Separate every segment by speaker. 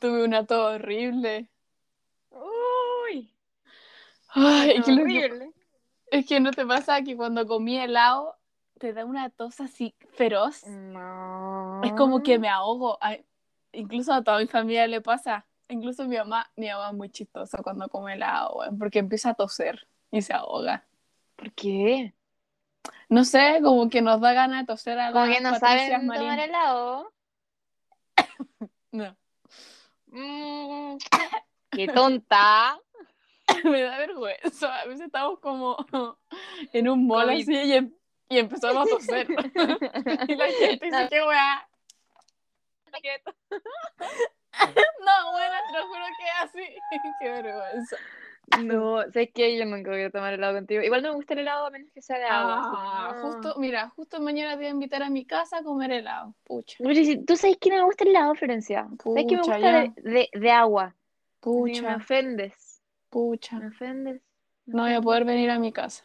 Speaker 1: Suena todo horrible.
Speaker 2: Uy,
Speaker 1: Ay, es, que lo que-
Speaker 2: horrible.
Speaker 1: es que no te pasa que cuando comí helado te da una tos así feroz.
Speaker 2: No.
Speaker 1: Es como que me ahogo. Ay, incluso a toda mi familia le pasa. Incluso mi mamá, mi mamá es muy chistosa cuando come helado, weón, porque empieza a toser y se ahoga.
Speaker 2: ¿Por qué?
Speaker 1: No sé, como que nos da ganas de toser a
Speaker 2: Como
Speaker 1: las
Speaker 2: que no
Speaker 1: Patricias
Speaker 2: saben
Speaker 1: Marín.
Speaker 2: tomar helado.
Speaker 1: No.
Speaker 2: Mm, qué tonta.
Speaker 1: Me da vergüenza. A veces estamos como en un mall
Speaker 2: Covid.
Speaker 1: así y, em- y empezamos a toser. y la gente dice, qué weá. No, bueno, te lo juro que es así. qué vergüenza.
Speaker 2: No, sé que yo nunca voy a tomar helado contigo. Igual no me gusta el helado a menos que sea de agua. así que
Speaker 1: Ah,
Speaker 2: no.
Speaker 1: justo, mira, justo mañana te voy a invitar a mi casa a comer helado. Pucha,
Speaker 2: Oye, si- Tú sabes que no me gusta el helado, Florencia. Sabes que me
Speaker 1: Pucha,
Speaker 2: gusta
Speaker 1: ya.
Speaker 2: de, de- de agua. Así que Me
Speaker 1: pucha,
Speaker 2: ofendes. Me
Speaker 1: pucha.
Speaker 2: ofendes. me
Speaker 1: No voy a
Speaker 2: ofendes.
Speaker 1: poder venir a mi casa.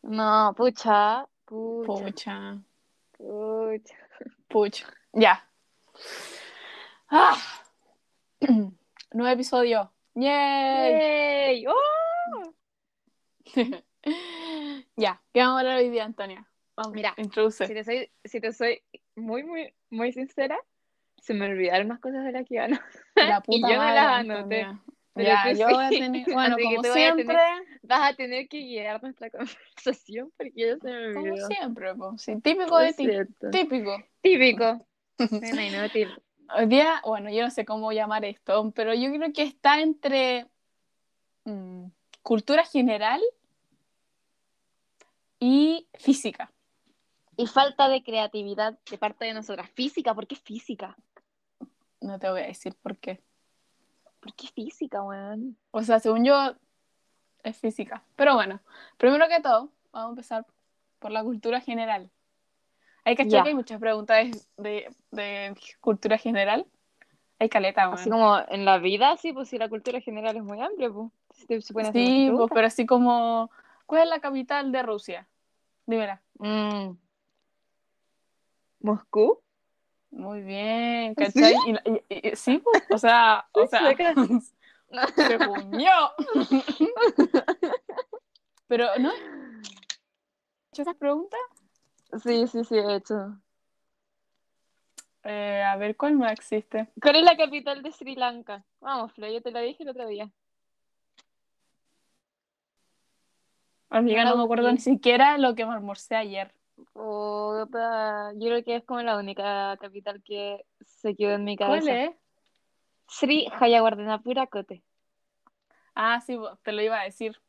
Speaker 2: No, pucha. Pucha.
Speaker 1: Pucha,
Speaker 2: Pucha.
Speaker 1: pucha. Ya. Ah. Nuevo episodio. ¡Yay!
Speaker 2: Yay. ¡Oh!
Speaker 1: ya, ¿qué vamos a hablar hoy día, Antonia? Vamos,
Speaker 2: Mira,
Speaker 1: introduce.
Speaker 2: Si te soy, si te soy muy, muy, muy sincera, se me olvidaron más cosas de la que iban.
Speaker 1: La
Speaker 2: y
Speaker 1: puta
Speaker 2: yo no
Speaker 1: madre,
Speaker 2: las anoté,
Speaker 1: Antonia.
Speaker 2: pero
Speaker 1: Ya,
Speaker 2: tú
Speaker 1: yo
Speaker 2: sí.
Speaker 1: voy a tener, bueno,
Speaker 2: Así que
Speaker 1: como
Speaker 2: tú voy a
Speaker 1: siempre,
Speaker 2: Vas a tener que guiar nuestra conversación porque ya se me
Speaker 1: como
Speaker 2: olvidó.
Speaker 1: siempre, po. Sí, típico
Speaker 2: Lo
Speaker 1: de ti,
Speaker 2: siento.
Speaker 1: típico.
Speaker 2: Típico. Bueno, inútil.
Speaker 1: Hoy día, bueno, yo no sé cómo llamar esto, pero yo creo que está entre mm, cultura general y física.
Speaker 2: Y falta de creatividad de parte de nosotras. Física, ¿por qué física?
Speaker 1: No te voy a decir por qué.
Speaker 2: ¿Por qué física, weón?
Speaker 1: O sea, según yo, es física. Pero bueno, primero que todo, vamos a empezar por la cultura general. Hay que
Speaker 2: Ya.
Speaker 1: que hay muchas preguntas de, de cultura general. Hay caleta, weón.
Speaker 2: Así como en la vida, sí, pues si la cultura general es muy amplia, pues. Si te- se pueden hacer muchas
Speaker 1: Sí, pues,
Speaker 2: preguntas.
Speaker 1: pero así como, ¿cuál es la capital de Rusia? Dímela.
Speaker 2: Mm. ¿Moscú?
Speaker 1: Muy bien,
Speaker 2: ¿Sí?
Speaker 1: ¿cachai? Y la- y- y- y- sí, pues, o sea, o sea,
Speaker 2: sueca.
Speaker 1: se unió. Pero, ¿no? ¿Has hecho esas preguntas?
Speaker 2: Sí, sí, sí, de hecho.
Speaker 1: Eh, a ver, ¿cuál más existe?
Speaker 2: ¿Cuál es la capital de Sri Lanka? Vamos, Flo, yo te la dije el otro día.
Speaker 1: Amiga, no me
Speaker 2: Ah,
Speaker 1: acuerdo
Speaker 2: sí.
Speaker 1: ni siquiera lo que me almorcé ayer.
Speaker 2: Puta, yo creo que es como la única capital que se quedó en mi cabeza.
Speaker 1: ¿Cuál es?
Speaker 2: Sri Hayawardenapura Kote.
Speaker 1: Ah, sí, pues, te lo iba a decir.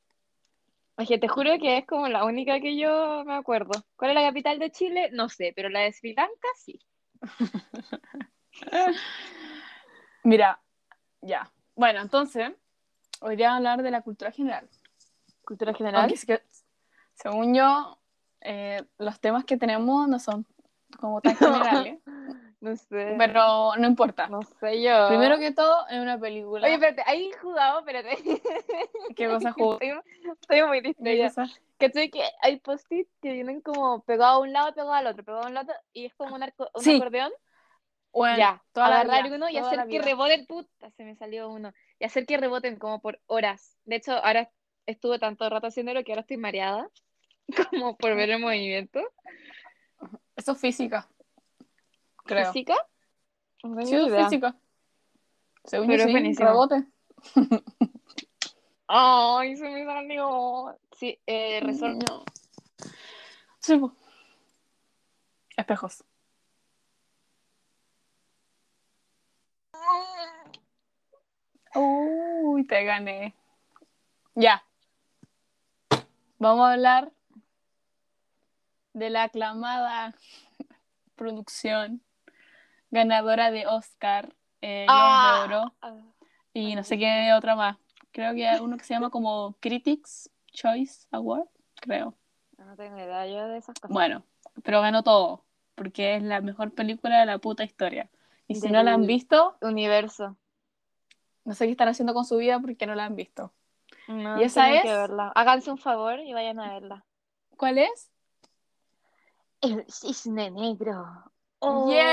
Speaker 2: Oye, te juro que es como la única que yo me acuerdo. ¿Cuál es la capital de Chile? No sé, pero la de Sri Lanka sí.
Speaker 1: Mira, ya. Bueno, entonces, hoy día vamos a hablar de la cultura general.
Speaker 2: Cultura general.
Speaker 1: Aunque es que, según yo, eh, los temas que tenemos no son como tan generales,
Speaker 2: No sé.
Speaker 1: pero no importa.
Speaker 2: no sé yo.
Speaker 1: Primero que todo, es una película.
Speaker 2: Oye, espérate, ahí jugado, espérate.
Speaker 1: ¿Qué cosa jugó?
Speaker 2: Estoy, estoy muy
Speaker 1: ¿Qué
Speaker 2: distraída.
Speaker 1: cosa?
Speaker 2: ¿Cachai que hay post-it que vienen como pegado a un lado, pegado al otro, pegado a un lado, y es como un, arco- un
Speaker 1: Sí.
Speaker 2: acordeón?
Speaker 1: Bueno,
Speaker 2: ya,
Speaker 1: toda la
Speaker 2: agarrar
Speaker 1: vida,
Speaker 2: uno y
Speaker 1: toda la
Speaker 2: hacer que
Speaker 1: vida.
Speaker 2: reboten, puta, se me salió uno, y hacer que reboten como por horas. De hecho, ahora estuve tanto rato haciéndolo que ahora estoy mareada, como por ver el movimiento.
Speaker 1: Eso es física, creo.
Speaker 2: ¿Física? No tengo
Speaker 1: Sí, eso es
Speaker 2: idea.
Speaker 1: física. Según
Speaker 2: Pero
Speaker 1: yo,
Speaker 2: es
Speaker 1: sí,
Speaker 2: buenísimo.
Speaker 1: rebote.
Speaker 2: Ay, se me salió. Sí, eh,
Speaker 1: Mm,
Speaker 2: resorte.
Speaker 1: No. Sí, po. Espejos. Uy, te gané. Ya. Vamos a hablar de la aclamada producción ganadora de Oscar, eh, Globos
Speaker 2: Ah.
Speaker 1: de Oro
Speaker 2: Ah,
Speaker 1: y no sé qué otra más. Creo que hay uno que se llama como Critics Choice Award, creo.
Speaker 2: No tengo idea yo de esas cosas.
Speaker 1: Bueno, pero ganó todo, porque es la mejor película de la puta historia. Y si
Speaker 2: Del-
Speaker 1: no la han visto,
Speaker 2: Universo.
Speaker 1: no sé qué están haciendo con su vida porque no la han visto.
Speaker 2: No,
Speaker 1: ¿Y esa
Speaker 2: tienen
Speaker 1: es?
Speaker 2: que verla. Háganse un favor y vayan a verla.
Speaker 1: ¿Cuál es?
Speaker 2: El cisne negro. Oh,
Speaker 1: Yes.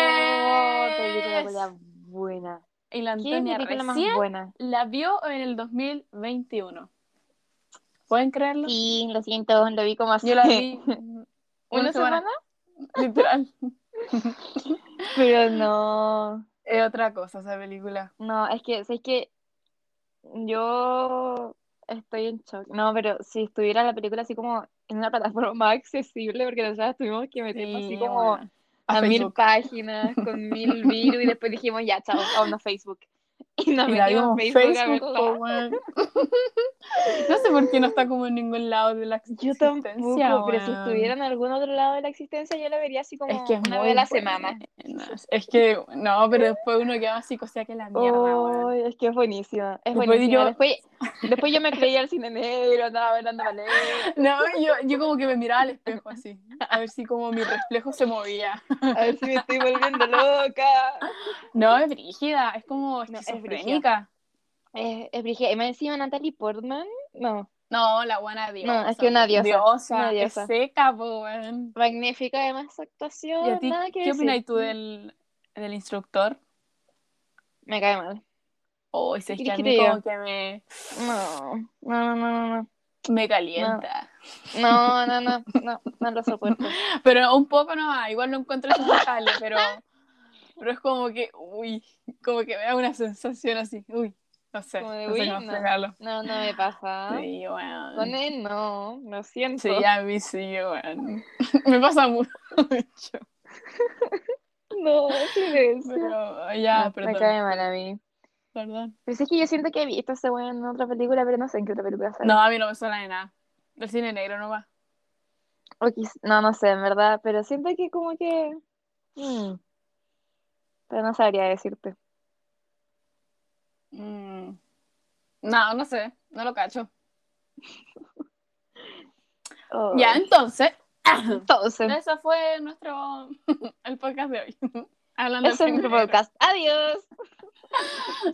Speaker 2: película culiá buena.
Speaker 1: Y la
Speaker 2: ¿Qué
Speaker 1: Antonia
Speaker 2: película más
Speaker 1: recién
Speaker 2: buena?
Speaker 1: la vio en el 2021. ¿Pueden creerlo?
Speaker 2: Sí, lo siento, lo vi como hace
Speaker 1: Yo la vi
Speaker 2: una, semana,
Speaker 1: literal.
Speaker 2: pero no.
Speaker 1: Es otra cosa esa película.
Speaker 2: No, es que, es que yo estoy en shock. No, pero si estuviera la película así como en una plataforma más accesible, porque nosotras tuvimos que meternos así
Speaker 1: Sí,
Speaker 2: como
Speaker 1: buena.
Speaker 2: a,
Speaker 1: A
Speaker 2: mil
Speaker 1: Facebook.
Speaker 2: páginas, con mil virus, y después dijimos, ya, chao, vámonos a Facebook. Y nos
Speaker 1: Y la
Speaker 2: metimos a
Speaker 1: vimos en
Speaker 2: Facebook a
Speaker 1: Facebook,
Speaker 2: verla.
Speaker 1: po, weón. No sé por qué no está como en ningún lado de la
Speaker 2: Yo
Speaker 1: existencia.
Speaker 2: tampoco, pero si
Speaker 1: weón.
Speaker 2: estuviera en algún otro lado de la existencia, yo la vería así como
Speaker 1: Es que es
Speaker 2: una
Speaker 1: muy
Speaker 2: vez a la
Speaker 1: buena.
Speaker 2: semana.
Speaker 1: Es que, no, pero después uno queda así, o sea, que la mierda, weón.
Speaker 2: Ay, es que es buenísima, es
Speaker 1: Después
Speaker 2: buenísima.
Speaker 1: yo-
Speaker 2: Después, después yo me creía el cine negro, andaba bailando ballet.
Speaker 1: No, yo, yo como que me miraba al espejo así, a ver si como mi reflejo se movía.
Speaker 2: A ver si me estoy volviendo loca.
Speaker 1: No, es brígida, es como
Speaker 2: No, es
Speaker 1: esquizofrénica.
Speaker 2: Es, es brígida. Eh, Y más encima Natalie Portman. No.
Speaker 1: No, la buena diosa.
Speaker 2: es que una diosa,
Speaker 1: Diosa,
Speaker 2: una
Speaker 1: es
Speaker 2: diosa.
Speaker 1: seca, po, weón.
Speaker 2: Magnífica además su actuación.
Speaker 1: ¿Y a ti
Speaker 2: nada que
Speaker 1: qué
Speaker 2: decir.
Speaker 1: opinas tú del, del instructor?
Speaker 2: Me cae mal.
Speaker 1: Oh, ese es
Speaker 2: ¿Qué
Speaker 1: que a
Speaker 2: quieres
Speaker 1: mí
Speaker 2: que te
Speaker 1: como que me,
Speaker 2: No, no, no, no, no.
Speaker 1: me calienta.
Speaker 2: No, no, no, no, no lo soporto.
Speaker 1: Pero un poco no, igual no encuentro insoportable, pero, pero es como que, uy, como que me da una sensación así, uy, no sé,
Speaker 2: Como de,
Speaker 1: no sé
Speaker 2: uy,
Speaker 1: cómo
Speaker 2: no.
Speaker 1: explicarlo.
Speaker 2: No, no me pasa.
Speaker 1: Sí, weón.
Speaker 2: Con él no, lo siento.
Speaker 1: Sí, a mí sí, weón. Me pasa mucho,
Speaker 2: No, silencio.
Speaker 1: pero ya,
Speaker 2: No, Ah, me
Speaker 1: perdón,
Speaker 2: cae mal a mí.
Speaker 1: perdón.
Speaker 2: Pero sí es que yo siento que he visto ese weón en otra película, pero no sé en qué otra película sale.
Speaker 1: No, a mí no me suena de nada. El cine negro no va.
Speaker 2: O quiz- No, no sé, en verdad, pero siento que como que... mm, Pero no sabría decirte.
Speaker 1: Mm. No, no sé, no lo cacho.
Speaker 2: Oh,
Speaker 1: Ya, entonces,
Speaker 2: Entonces,
Speaker 1: eso fue nuestro, el podcast de hoy. Hablando de
Speaker 2: ese es mi
Speaker 1: cine negro.
Speaker 2: podcast. Adiós.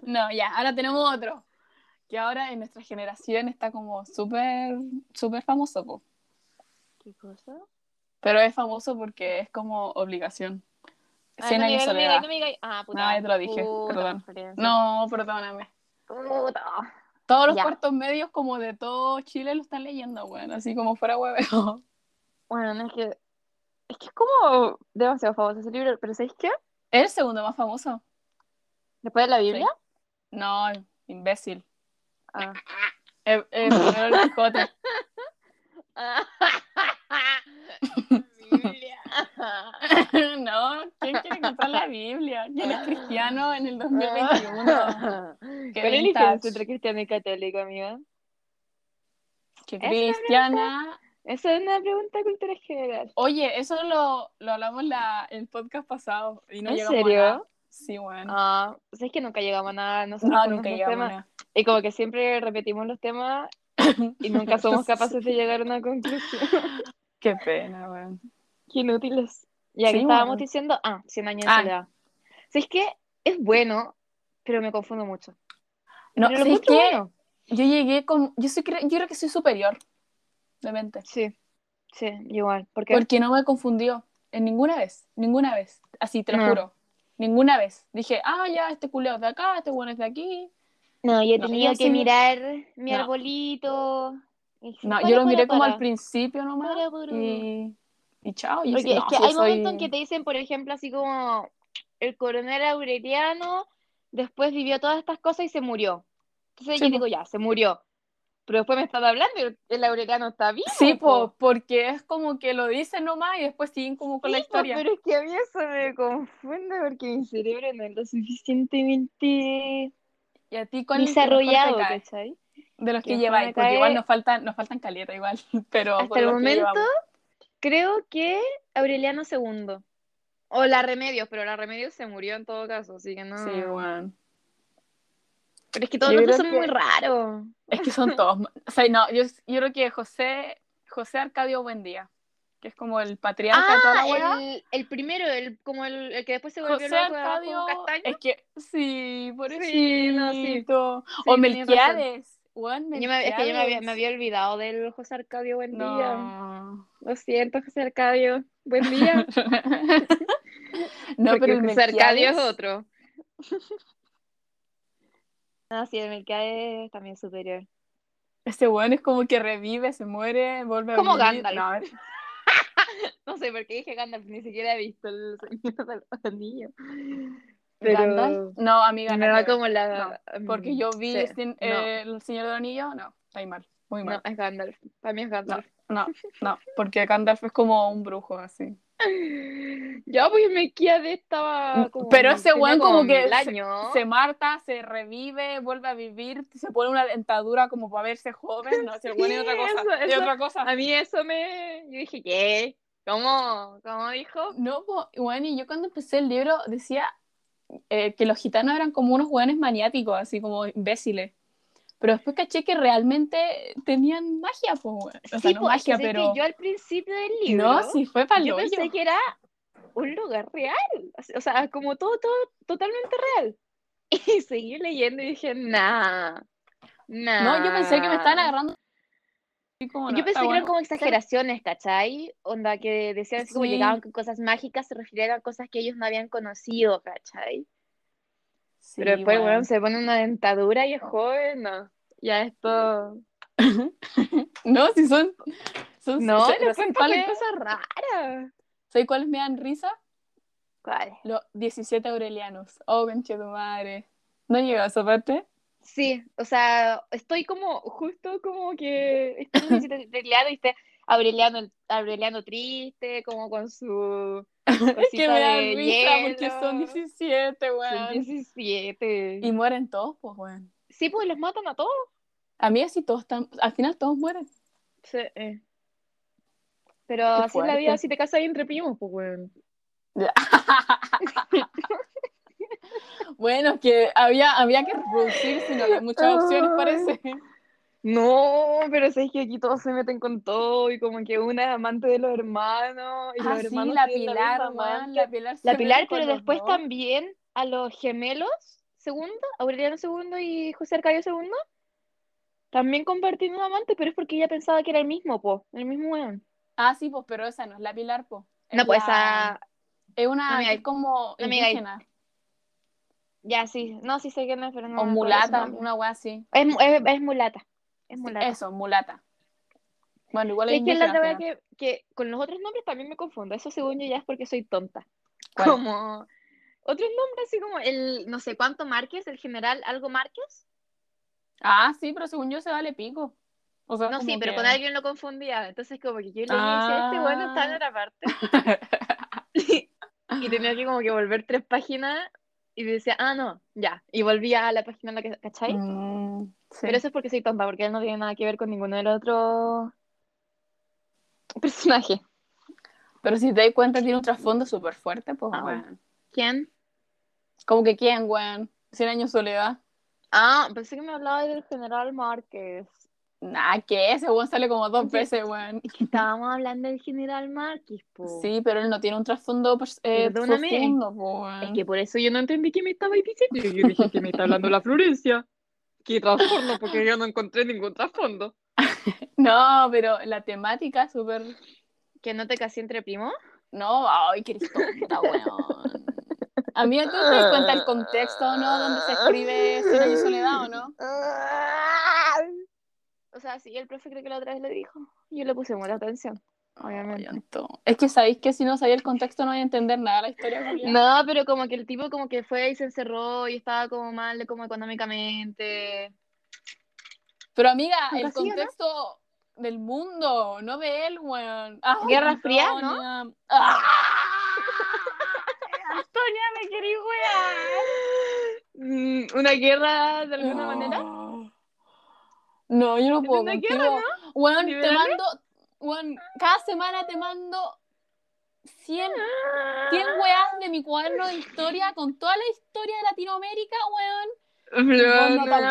Speaker 1: No, ya, ahora tenemos otro. Que ahora en nuestra generación está como súper, súper famoso. po.
Speaker 2: ¿Qué cosa?
Speaker 1: Pero es famoso porque es como obligación.
Speaker 2: Ah,
Speaker 1: Cien
Speaker 2: no me
Speaker 1: años
Speaker 2: digas,
Speaker 1: de
Speaker 2: no me
Speaker 1: soledad.
Speaker 2: digas, no me digas. Ah, puta.
Speaker 1: No, ya te lo dije,
Speaker 2: Puta,
Speaker 1: perdón.
Speaker 2: Florencia.
Speaker 1: No, perdóname.
Speaker 2: Puta.
Speaker 1: Todos los
Speaker 2: Ya.
Speaker 1: puertos medios como de todo Chile lo están leyendo, weón. Así como fuera hueveo.
Speaker 2: Bueno, es que... Es que es como demasiado famoso ese libro, pero ¿sabéis qué?
Speaker 1: ¿Es el segundo más famoso?
Speaker 2: Después de la Biblia...
Speaker 1: No, imbécil.
Speaker 2: Ah.
Speaker 1: Eh, eh, primero el Quijote.
Speaker 2: Biblia.
Speaker 1: no, ¿quién quiere comprar la Biblia? ¿Quién es cristiano en el 2021?
Speaker 2: ¿Cuál es la
Speaker 1: Qué vintage.
Speaker 2: diferencia Ah. entre cristiano y católico, amiga?
Speaker 1: Que
Speaker 2: Esa
Speaker 1: cristiana...
Speaker 2: Esa es una pregunta de cultura general.
Speaker 1: Oye, eso lo, lo hablamos la, el podcast pasado y no
Speaker 2: ¿En
Speaker 1: llegamos a
Speaker 2: serio?
Speaker 1: nada. Sí, bueno.
Speaker 2: Ah, pues es que nunca llegamos a nada nosotros
Speaker 1: no,
Speaker 2: con
Speaker 1: nunca
Speaker 2: nuestros
Speaker 1: llegamos a
Speaker 2: temas.
Speaker 1: nada.
Speaker 2: Y como que siempre repetimos los temas y nunca somos capaces de llegar a una conclusión.
Speaker 1: Qué pena, weón.
Speaker 2: Qué inútiles. Ya que
Speaker 1: Sí,
Speaker 2: estábamos
Speaker 1: bueno.
Speaker 2: diciendo, ah, 100 años de
Speaker 1: Ah.
Speaker 2: soledad. Si es que es bueno, pero me confundo mucho.
Speaker 1: No,
Speaker 2: pero
Speaker 1: ¿sabes
Speaker 2: encuentro
Speaker 1: qué?
Speaker 2: bueno.
Speaker 1: Yo llegué con. Yo, soy, cre- yo creo que soy superior de mente.
Speaker 2: Sí, sí, igual. Porque
Speaker 1: Porque no me confundió. En ninguna vez. Ninguna vez. Así, te lo
Speaker 2: No.
Speaker 1: juro. Ninguna vez. Dije, ah, ya, este culeo es de acá, este bueno es de aquí.
Speaker 2: No, yo he
Speaker 1: No,
Speaker 2: tenido
Speaker 1: yo
Speaker 2: que
Speaker 1: sí me-
Speaker 2: mirar mi
Speaker 1: No.
Speaker 2: arbolito. y dije,
Speaker 1: No,
Speaker 2: "Para,
Speaker 1: yo lo
Speaker 2: para,
Speaker 1: miré como
Speaker 2: para".
Speaker 1: al principio nomás.
Speaker 2: Para, para.
Speaker 1: Y, y chao. Y yo
Speaker 2: Porque
Speaker 1: dije,
Speaker 2: es
Speaker 1: no,
Speaker 2: que
Speaker 1: sí,
Speaker 2: hay
Speaker 1: soy-
Speaker 2: momentos en que te dicen, por ejemplo, así como el coronel Aureliano después vivió todas estas cosas y se murió. Entonces
Speaker 1: Sí,
Speaker 2: yo
Speaker 1: po.
Speaker 2: digo, ya, se murió. Pero después me están hablando y el- el Aureliano está vivo.
Speaker 1: Sí,
Speaker 2: po.
Speaker 1: po, porque es como que lo dicen nomás y después siguen como con la
Speaker 2: Sí, po,
Speaker 1: historia.
Speaker 2: Pero es que a mí eso me confunde porque mi cerebro no es lo suficientemente
Speaker 1: Y a ti con el que mejor te
Speaker 2: desarrollado,
Speaker 1: cae,
Speaker 2: ¿cachai?
Speaker 1: de los que
Speaker 2: que mejor
Speaker 1: lleváis,
Speaker 2: me
Speaker 1: porque
Speaker 2: cae-
Speaker 1: igual nos faltan, nos faltan caleta igual, pero
Speaker 2: Hasta
Speaker 1: por
Speaker 2: el
Speaker 1: los que
Speaker 2: momento,
Speaker 1: llevamos.
Speaker 2: Creo que Aureliano II. O la Remedios, pero la Remedios se murió en todo caso, así que no.
Speaker 1: Sí, weón.
Speaker 2: Pero es que todos
Speaker 1: Yo
Speaker 2: los otros
Speaker 1: creo
Speaker 2: son muy
Speaker 1: que-
Speaker 2: raros.
Speaker 1: Es que son todos. O sea, no, yo, yo creo que José, José Arcadio Buendía, que es como el patriarca de toda la weá.
Speaker 2: Ah, el, el primero, el, como el, el que después se volvió
Speaker 1: José
Speaker 2: loco abajo de
Speaker 1: Arcadio.
Speaker 2: un castaño.
Speaker 1: Es que. Sí, por eso.
Speaker 2: Sí, no, sí.
Speaker 1: o
Speaker 2: Sí, tenías razón.
Speaker 1: Melquiades. Weón,
Speaker 2: Yo me- es que yo me había, me
Speaker 1: Melquiades.
Speaker 2: había olvidado del José Arcadio, buen día.
Speaker 1: No.
Speaker 2: Lo siento, José Arcadio, buen día.
Speaker 1: no,
Speaker 2: Porque
Speaker 1: pero el
Speaker 2: José Arcadio es
Speaker 1: Melquiades-
Speaker 2: otro. No, sí, el Melquiades es también superior.
Speaker 1: Este weón es como que revive, se muere, vuelve a
Speaker 2: Como
Speaker 1: vivir.
Speaker 2: Gandalf. No sé por qué dije Gandalf, ni siquiera he visto el Señor de los Anillos. Pero
Speaker 1: ¿Gandalf? No, amiga,
Speaker 2: me
Speaker 1: no,
Speaker 2: da como la... mm,
Speaker 1: Porque yo vi
Speaker 2: sí,
Speaker 1: este-
Speaker 2: no.
Speaker 1: eh, El Señor del Anillo, no, está ahí mal, muy
Speaker 2: No,
Speaker 1: mal.
Speaker 2: es Gandalf. Para mí es Gandalf.
Speaker 1: No, no, porque Gandalf es como un brujo, así.
Speaker 2: Ya, pues Melquiades estaba como...
Speaker 1: Mm, Pero ese
Speaker 2: tenía
Speaker 1: weón como que
Speaker 2: mil
Speaker 1: se-
Speaker 2: años.
Speaker 1: Se marta, se revive, vuelve a vivir, se pone una dentadura como para verse joven, no, se
Speaker 2: Sí,
Speaker 1: pone otra cosa.
Speaker 2: eso,
Speaker 1: y
Speaker 2: eso.
Speaker 1: otra cosa.
Speaker 2: A mí eso me... Yo dije, ¿qué? ¿Cómo? ¿Cómo dijo?
Speaker 1: No, po, weón, y yo cuando empecé el libro decía eh, que los gitanos eran como unos weones maniáticos, así como imbéciles. Pero después caché que realmente tenían magia, pues, weón. O sea,
Speaker 2: Sí,
Speaker 1: no
Speaker 2: pues,
Speaker 1: magia,
Speaker 2: es que
Speaker 1: pero.
Speaker 2: yo al principio del libro...
Speaker 1: No, sí, fue para
Speaker 2: Yo pensé que era un lugar real, así- o sea, como todo, todo totalmente real. Y seguí leyendo y dije, nah, nah.
Speaker 1: No, yo pensé que me estaban agarrando. así como, no,
Speaker 2: Yo pensé
Speaker 1: está
Speaker 2: que eran
Speaker 1: bueno.
Speaker 2: como exageraciones, ¿cachai? Onda que decían así como
Speaker 1: Sí.
Speaker 2: llegaban con cosas mágicas, se refirieron a cosas que ellos no habían conocido, ¿cachai?
Speaker 1: Sí,
Speaker 2: Pero después,
Speaker 1: weón.
Speaker 2: bueno, se pone una dentadura y es joven, no. Ya esto.
Speaker 1: No, si son. son
Speaker 2: No,
Speaker 1: sé-
Speaker 2: le
Speaker 1: sé
Speaker 2: encuentro
Speaker 1: cuáles-
Speaker 2: que cosas raras.
Speaker 1: ¿Sabes cuáles me dan risa?
Speaker 2: ¿Cuál?
Speaker 1: Los 17 Aurelianos. Oh, conche tu madre. ¿No llegó a esa parte?
Speaker 2: Sí, o sea, estoy como, justo como que estoy en el Aureliano y está Aureliano, Aureliano triste, como con su
Speaker 1: Es que
Speaker 2: cosita
Speaker 1: me dan
Speaker 2: de
Speaker 1: risa porque son
Speaker 2: hielo.
Speaker 1: 17,
Speaker 2: Son
Speaker 1: weón.
Speaker 2: 17.
Speaker 1: Y mueren todos, pues, weón.
Speaker 2: Sí, pues los matan a todos.
Speaker 1: A mí así todos están. Al final todos mueren.
Speaker 2: Sí. eh. Pero
Speaker 1: Qué
Speaker 2: así es la vida,
Speaker 1: fuerte.
Speaker 2: si te casas entre primos, pues bueno.
Speaker 1: Bueno, que había, había que reproducir sin no había muchas opciones,
Speaker 2: Ay.
Speaker 1: parece.
Speaker 2: No, pero sabes que aquí todos se meten con todo y como que una es amante de los hermanos y los
Speaker 1: Ah, sí,
Speaker 2: hermanos
Speaker 1: la
Speaker 2: tienen
Speaker 1: Pilar,
Speaker 2: misma amante.
Speaker 1: weón. La Pilar, se
Speaker 2: La
Speaker 1: mete
Speaker 2: Pilar,
Speaker 1: con
Speaker 2: pero
Speaker 1: los
Speaker 2: después
Speaker 1: dos.
Speaker 2: también a los gemelos, segundo, Aureliano segundo y José Arcadio segundo, también compartieron un amante, pero es porque ella pensaba que era el mismo, po, el mismo weón.
Speaker 1: Ah, sí, pues, pero esa no es la Pilar, pues.
Speaker 2: No, pues a...
Speaker 1: Es una
Speaker 2: amiga,
Speaker 1: que es como
Speaker 2: una amiga ahí.
Speaker 1: indígena.
Speaker 2: Ya, sí, no, sí sé que no, pero no
Speaker 1: O
Speaker 2: me acuerdo
Speaker 1: mulata,
Speaker 2: su nombre.
Speaker 1: una weá así.
Speaker 2: Es, mu- es, es mulata, es mulata.
Speaker 1: Eso, mulata. Bueno, igual es
Speaker 2: Es que la
Speaker 1: indígena.
Speaker 2: otra
Speaker 1: al
Speaker 2: vez
Speaker 1: final.
Speaker 2: que, que con los otros nombres también me confundo, eso según yo ya es porque soy tonta.
Speaker 1: ¿Cuál?
Speaker 2: Como... Otros nombres así como el, no sé cuánto Márquez, el general algo Márquez.
Speaker 1: Ah, sí, pero según yo se vale pico. O sea,
Speaker 2: No, sí,
Speaker 1: como
Speaker 2: pero
Speaker 1: que-
Speaker 2: con alguien lo confundía. Entonces, como que yo leí y decía, este
Speaker 1: Ah.
Speaker 2: bueno está en otra parte. y tenía que como que volver tres páginas y decía, ah, no, ya. Y volvía a la página en la que, ¿cachai?
Speaker 1: Mm, sí.
Speaker 2: Pero eso es porque soy tonta, porque él no tiene nada que ver con ninguno de los otros personajes.
Speaker 1: Pero si te das cuenta, tiene un trasfondo súper fuerte, pues,
Speaker 2: Ah,
Speaker 1: weón.
Speaker 2: ¿Quién?
Speaker 1: Como que quién, weón. 100 años de soledad.
Speaker 2: Ah, pensé que me hablaba del general Márquez.
Speaker 1: Nah, que ese weón sale como dos
Speaker 2: Sí.
Speaker 1: veces, weón.
Speaker 2: Estábamos hablando del general Márquez, po.
Speaker 1: Sí, pero él no tiene un trasfondo pues, eh,
Speaker 2: Perdóname.
Speaker 1: profundo, pues, weón.
Speaker 2: Es que por eso yo no entendí qué me estaba diciendo. Yo dije que me está hablando la Florencia. ¿Qué trastorno? Porque yo no encontré ningún trasfondo.
Speaker 1: No, pero la temática es súper...
Speaker 2: ¿Que no te casé entre primos?
Speaker 1: No, ay, qué tonta, weón. A mí, ¿tú te das cuenta el contexto, no? Donde se escribe Cien años de soledad, ¿o no? Ah.
Speaker 2: O sea, sí, el profe creo que la otra vez lo dijo. Yo le puse mucha atención, obviamente.
Speaker 1: Llanto. Es que sabéis que si no sabía el contexto no voy a entender nada de la historia. Julia.
Speaker 2: No, pero como que el tipo como que fue y se encerró y estaba como mal como económicamente.
Speaker 1: Pero amiga,
Speaker 2: Nunca
Speaker 1: el
Speaker 2: sí, ¿o no?
Speaker 1: contexto del mundo, no de él, weón. Ah,
Speaker 2: Guerra Fría, ¿no?
Speaker 1: Antonia. ¡Ah! Antonia, me querí, weón.
Speaker 2: Mm, Una guerra de alguna manera.
Speaker 1: No, yo no
Speaker 2: Es
Speaker 1: puedo
Speaker 2: una
Speaker 1: contigo.
Speaker 2: guerra,
Speaker 1: Weón, te
Speaker 2: ¿Liberales?
Speaker 1: mando, weón, cada semana te mando 100 100 weas de mi cuaderno de historia con toda la historia de Latinoamérica, weón.
Speaker 2: Flan no
Speaker 1: no te acordás de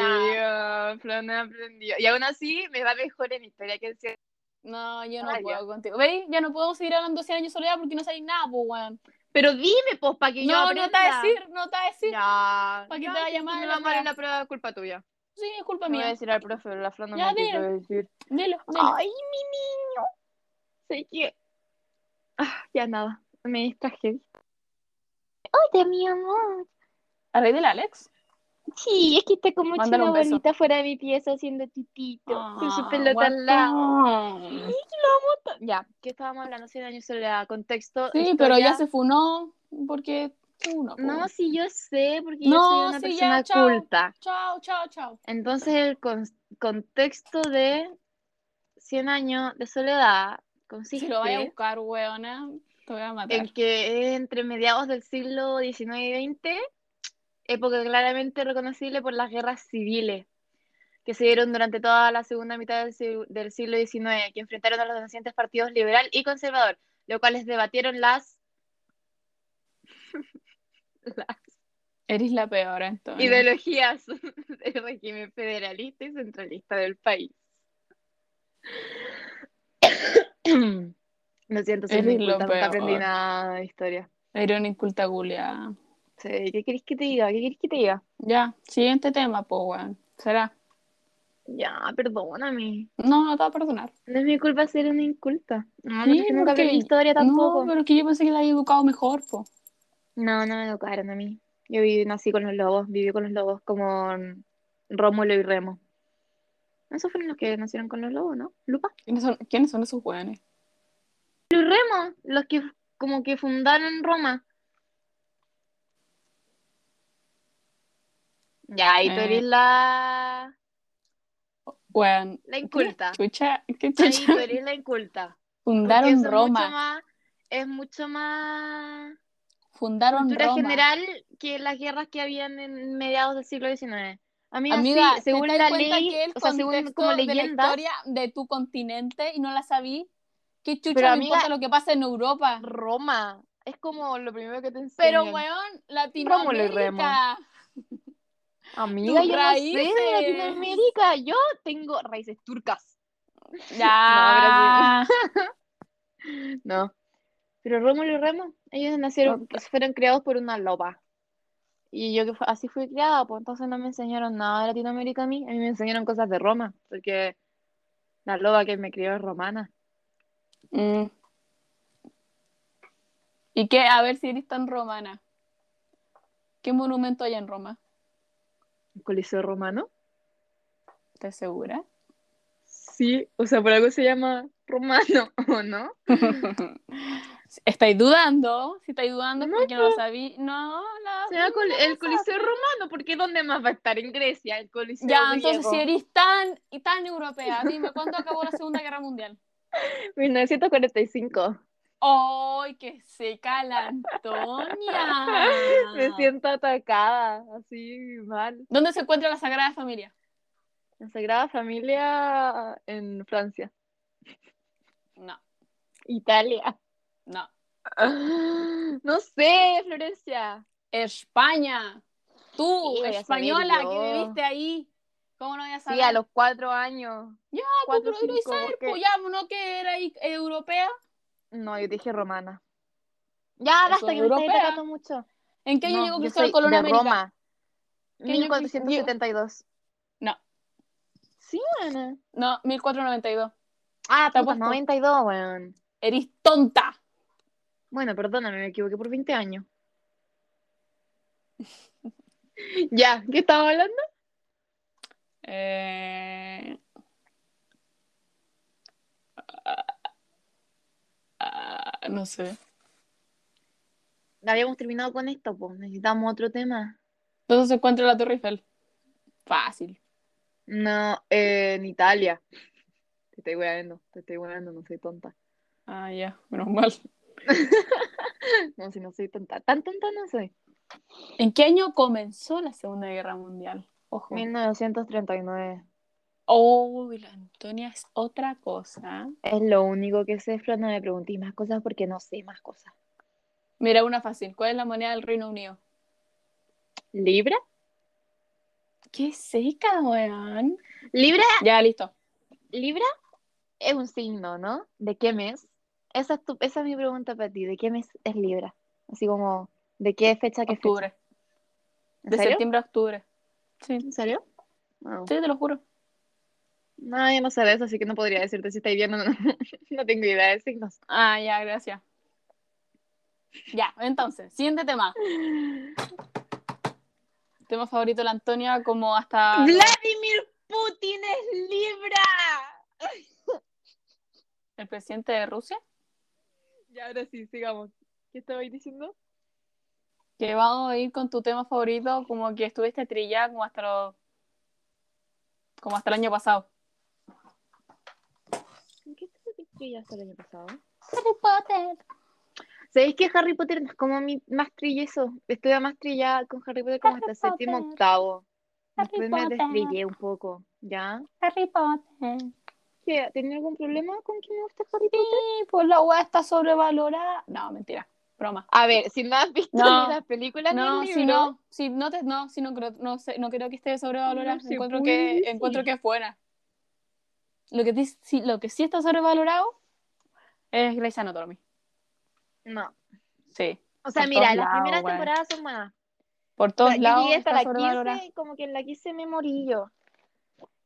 Speaker 2: aprendió, Flan no aprendió. Y aún así me va mejor en historia que en ciencia.
Speaker 1: No, yo no
Speaker 2: Ah, ya.
Speaker 1: puedo contigo. ¿Veis? Ya no podemos seguir hablando 100 años de soledad porque no sabéis nada, pues, weón.
Speaker 2: Pero dime, pues, para que yo
Speaker 1: No, no te
Speaker 2: aprenda.
Speaker 1: va a decir, no te va a decir.
Speaker 2: Ya.
Speaker 1: Pa' que
Speaker 2: Ya,
Speaker 1: te vaya
Speaker 2: si
Speaker 1: mal
Speaker 2: me
Speaker 1: en
Speaker 2: va mal
Speaker 1: la
Speaker 2: en
Speaker 1: prueba.
Speaker 2: la prueba, culpa tuya.
Speaker 1: Sí, es culpa
Speaker 2: Me voy a
Speaker 1: mía.
Speaker 2: decir al profe, la Flan no
Speaker 1: Ya,
Speaker 2: me quiso
Speaker 1: dilo.
Speaker 2: decir.
Speaker 1: Dilo, dilo.
Speaker 2: Ay, mi niño. Sé que... Ah, ya nada, me distraje. Hola, mi amor.
Speaker 1: ¿A raíz del Alex?
Speaker 2: Sí, es que está como hecha
Speaker 1: Mándale
Speaker 2: una
Speaker 1: un beso.
Speaker 2: bolita fuera de mi pieza haciendo titito con su
Speaker 1: Ah,
Speaker 2: pelota al lado.
Speaker 1: guatón.
Speaker 2: Ya, ¿qué estábamos hablando hace años sobre la contexto?
Speaker 1: Sí, pero ya se funó porque uno.
Speaker 2: No,
Speaker 1: pues.
Speaker 2: sí, yo sé, porque yo
Speaker 1: No,
Speaker 2: soy una
Speaker 1: sí,
Speaker 2: persona
Speaker 1: ya, chao.
Speaker 2: culta.
Speaker 1: Chao, chao, chao.
Speaker 2: Entonces, el con- contexto de 100 años de soledad
Speaker 1: Si
Speaker 2: consiste
Speaker 1: lo vaya a buscar, weona, te voy a matar.
Speaker 2: en que entre mediados del siglo XIX y XX, época claramente reconocible por las guerras civiles que se dieron durante toda la segunda mitad del, sig- del siglo XIX, que enfrentaron a los nacientes partidos liberal y conservador, los cuales debatieron las... las
Speaker 1: Eres la peor, entonces.
Speaker 2: ideologías del régimen federalista y centralista del país. Lo siento, soy muy
Speaker 1: Eres lo
Speaker 2: culta, nunca aprendí
Speaker 1: peor.
Speaker 2: nada de historia.
Speaker 1: Eres una inculta culia.
Speaker 2: Sí, ¿Qué querés que te diga? ¿Qué querés que te diga?
Speaker 1: Ya, siguiente tema, pues, weón. ¿Será?
Speaker 2: Ya, perdóname.
Speaker 1: No, no te va a perdonar.
Speaker 2: No es mi culpa ser una inculta. No,
Speaker 1: Sí,
Speaker 2: no es que nunca
Speaker 1: porque-
Speaker 2: aprendí historia tampoco.
Speaker 1: No, pero es que yo pensé que la había educado mejor, po.
Speaker 2: No, no me educaron a mí. Yo viví, nací con los lobos, viví con los lobos como Rómulo y Remo. Esos fueron los que nacieron con los lobos, ¿no? Lupa.
Speaker 1: ¿Quiénes son, quiénes son esos weones?
Speaker 2: Los Remo, los que como que fundaron Roma. Ya, y tú
Speaker 1: Eh.
Speaker 2: eres la,
Speaker 1: Weón.
Speaker 2: la inculta.
Speaker 1: Chucha, qué
Speaker 2: Ahí
Speaker 1: chucha.
Speaker 2: tú eres la inculta. Porque
Speaker 1: Fundaron
Speaker 2: eso es mucho
Speaker 1: Roma.
Speaker 2: más- es mucho más
Speaker 1: Fundaron
Speaker 2: cultura
Speaker 1: Roma.
Speaker 2: general que las guerras que habían en mediados del siglo XIX. Amiga,
Speaker 1: Amiga,
Speaker 2: sí, según
Speaker 1: ¿te das
Speaker 2: la
Speaker 1: cuenta
Speaker 2: ley,
Speaker 1: que el
Speaker 2: o sea, según
Speaker 1: contexto
Speaker 2: como
Speaker 1: de la
Speaker 2: leyenda,
Speaker 1: historia de tu continente y no la sabí? ¿Qué chucha
Speaker 2: Pero,
Speaker 1: me
Speaker 2: amiga-
Speaker 1: importa lo que pasa en Europa?
Speaker 2: Roma es como lo primero que te enseñan.
Speaker 1: Pero, weón,
Speaker 2: Rómulo y Remo.
Speaker 1: Latinoamérica.
Speaker 2: Amiga,
Speaker 1: tus
Speaker 2: yo no sé de
Speaker 1: raíces.
Speaker 2: Latinoamérica, yo tengo raíces turcas.
Speaker 1: Ya.
Speaker 2: No. Pero Rómulo y Remo, ellos nacieron, pues,
Speaker 1: Ok.
Speaker 2: fueron criados por una loba. Y yo que fu- así fui criada, pues entonces no me enseñaron nada de Latinoamérica a mí, a mí me enseñaron cosas de Roma, porque la loba que me crió es romana.
Speaker 1: Mm. ¿Y qué? A ver si eres tan romana. ¿Qué monumento hay en Roma?
Speaker 2: ¿El Coliseo romano?
Speaker 1: ¿Estás segura?
Speaker 2: Sí, o sea, por algo se llama romano, ¿o no?
Speaker 1: ¿Estáis dudando? Si estáis dudando es
Speaker 2: No,
Speaker 1: porque no lo sabí. No, la...
Speaker 2: Se llama col- el Coliseo romano, porque ¿dónde más va a estar? En Grecia, el Coliseo
Speaker 1: Ya, entonces
Speaker 2: griego.
Speaker 1: si eres tan y tan europea, dime cuándo acabó la Segunda Guerra Mundial.
Speaker 2: 1945.
Speaker 1: ¡Ay, qué seca la Antonia!
Speaker 2: Me siento atacada, así mal.
Speaker 1: ¿Dónde se encuentra la Sagrada Familia?
Speaker 2: La Sagrada Familia en Francia,
Speaker 1: No,
Speaker 2: Italia.
Speaker 1: no.
Speaker 2: No sé, Florencia.
Speaker 1: España. Tú,
Speaker 2: Sí, voy a
Speaker 1: española,
Speaker 2: saber yo.
Speaker 1: que viviste ahí. ¿Cómo no voy a saber?
Speaker 2: Sí, a los cuatro años.
Speaker 1: Ya,
Speaker 2: Ah. cuatro,
Speaker 1: pero lo
Speaker 2: cinco,
Speaker 1: saber,
Speaker 2: porque-
Speaker 1: pues ya, ¿no? Que era ahí, eh, europea.
Speaker 2: No, yo dije romana. Ya,
Speaker 1: Eso
Speaker 2: basta, que
Speaker 1: es
Speaker 2: me estás
Speaker 1: europea.
Speaker 2: atacando mucho.
Speaker 1: ¿En qué año
Speaker 2: No,
Speaker 1: llegó
Speaker 2: yo
Speaker 1: Cristóbal
Speaker 2: soy
Speaker 1: Colón a
Speaker 2: de
Speaker 1: América?
Speaker 2: Roma.
Speaker 1: ¿Qué año
Speaker 2: 1472.
Speaker 1: No.
Speaker 2: Sí, bueno.
Speaker 1: No, 1492.
Speaker 2: Ah,
Speaker 1: Está
Speaker 2: puta,
Speaker 1: puesto.
Speaker 2: 92, weón.
Speaker 1: Eres tonta.
Speaker 2: Bueno, perdóname, me equivoqué por 20 años. Ya, ¿qué estaba hablando?
Speaker 1: Eh... ah, ah, no sé.
Speaker 2: Habíamos terminado con esto, pues. Necesitamos otro tema.
Speaker 1: ¿Dónde se encuentra la Torre Eiffel? Fácil.
Speaker 2: No, eh, en Italia. Te estoy weando, te estoy weando, no soy tonta.
Speaker 1: Ah, ya, menos mal.
Speaker 2: No, si no soy tonta. Tan tonta no soy.
Speaker 1: ¿En qué año comenzó la Segunda Guerra Mundial? Ojo.
Speaker 2: 1939.
Speaker 1: Oh, la Antonia es otra cosa.
Speaker 2: Es lo único que sé, Fran, no me preguntéis más cosas porque no sé más cosas.
Speaker 1: Mira, una fácil. ¿Cuál es la moneda del Reino Unido?
Speaker 2: ¿Libra?
Speaker 1: ¡Qué seca, weón!
Speaker 2: ¿Libra?
Speaker 1: Ya, listo.
Speaker 2: ¿Libra? Es un signo, ¿no? ¿De qué mes? Esa es, tu- esa es mi pregunta para ti. ¿De qué mes es Libra? Así como, ¿de qué fecha a qué fecha?
Speaker 1: Octubre.
Speaker 2: ¿En
Speaker 1: De
Speaker 2: serio?
Speaker 1: septiembre a octubre. Sí, sí,
Speaker 2: ¿En serio? Ah. No.
Speaker 1: te lo juro.
Speaker 2: No, yo no sé de eso, así que no podría decirte si estáis bien o no. No tengo idea de signos.
Speaker 1: Ah, ya, gracias. Ya, entonces, siguiente tema. tema favorito de la Antonia como hasta...
Speaker 2: Ah, Vladimir Putin es Libra.
Speaker 1: ¿El presidente de Rusia?
Speaker 2: Ya, ahora sí, sigamos. ¿Qué estabais diciendo?
Speaker 1: Que vamos a ir con tu tema favorito, como que estuviste trillada como hasta los... como hasta el año pasado.
Speaker 2: ¿Qué estuviste ya hasta el año pasado?
Speaker 1: Harry Potter.
Speaker 2: ¿Sabéis que Harry Potter es como mi más trillizo? Estuve más trillada con Harry Potter como hasta
Speaker 1: Harry
Speaker 2: séptimo,
Speaker 1: Potter.
Speaker 2: octavo.
Speaker 1: Harry
Speaker 2: Después me
Speaker 1: Potter.
Speaker 2: destrillé un poco, ¿ya?
Speaker 1: Harry Potter.
Speaker 2: ¿Qué? ¿Tenía algún problema con que me gusta Harry Potter?
Speaker 1: Sí, pues la weá está sobrevalorada. No, mentira. Broma.
Speaker 2: A ver, si no has visto
Speaker 1: No.
Speaker 2: ni las películas
Speaker 1: No,
Speaker 2: ni el
Speaker 1: si
Speaker 2: libro,
Speaker 1: no, si no te, no, si no creo, no sé, no creo que esté sobrevalorada.
Speaker 2: No, sí,
Speaker 1: encuentro
Speaker 2: muy
Speaker 1: que,
Speaker 2: difícil.
Speaker 1: encuentro que es buena. Lo que, dis- sí, lo que sí está sobrevalorado es Grey's Anatomy.
Speaker 2: no.
Speaker 1: Sí.
Speaker 2: O sea,
Speaker 1: Por
Speaker 2: mira, las
Speaker 1: todos lados,
Speaker 2: primeras
Speaker 1: weón.
Speaker 2: temporadas son buenas.
Speaker 1: Por
Speaker 2: O
Speaker 1: todos
Speaker 2: sea, yo
Speaker 1: lados
Speaker 2: llegué hasta
Speaker 1: está
Speaker 2: la
Speaker 1: sobrevalorada.
Speaker 2: 15 y como que en la 15 me morí yo.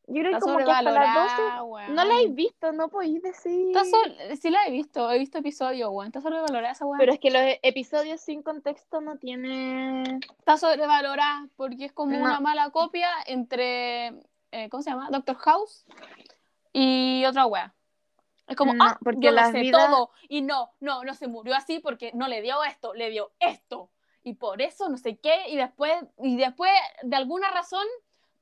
Speaker 2: Yo creo
Speaker 1: Está
Speaker 2: que como que hasta las 12
Speaker 1: sobrevalorada, weón.
Speaker 2: no la he visto, no podéis decir.
Speaker 1: Está sol- Sí la he visto, he visto episodios, weón. Está sobrevalorada esa weón.
Speaker 2: Pero es que los e- episodios sin contexto no tienen...
Speaker 1: Está sobrevalorada porque es como
Speaker 2: No.
Speaker 1: una mala copia entre, eh, ¿cómo se llama? Doctor House y otra wea. Es como,
Speaker 2: No,
Speaker 1: ah,
Speaker 2: porque
Speaker 1: yo lo
Speaker 2: las
Speaker 1: sé
Speaker 2: vidas-
Speaker 1: todo y no, no, no se murió así porque no le dio esto, le dio esto. Y por eso no sé qué, y después, y después, de alguna razón,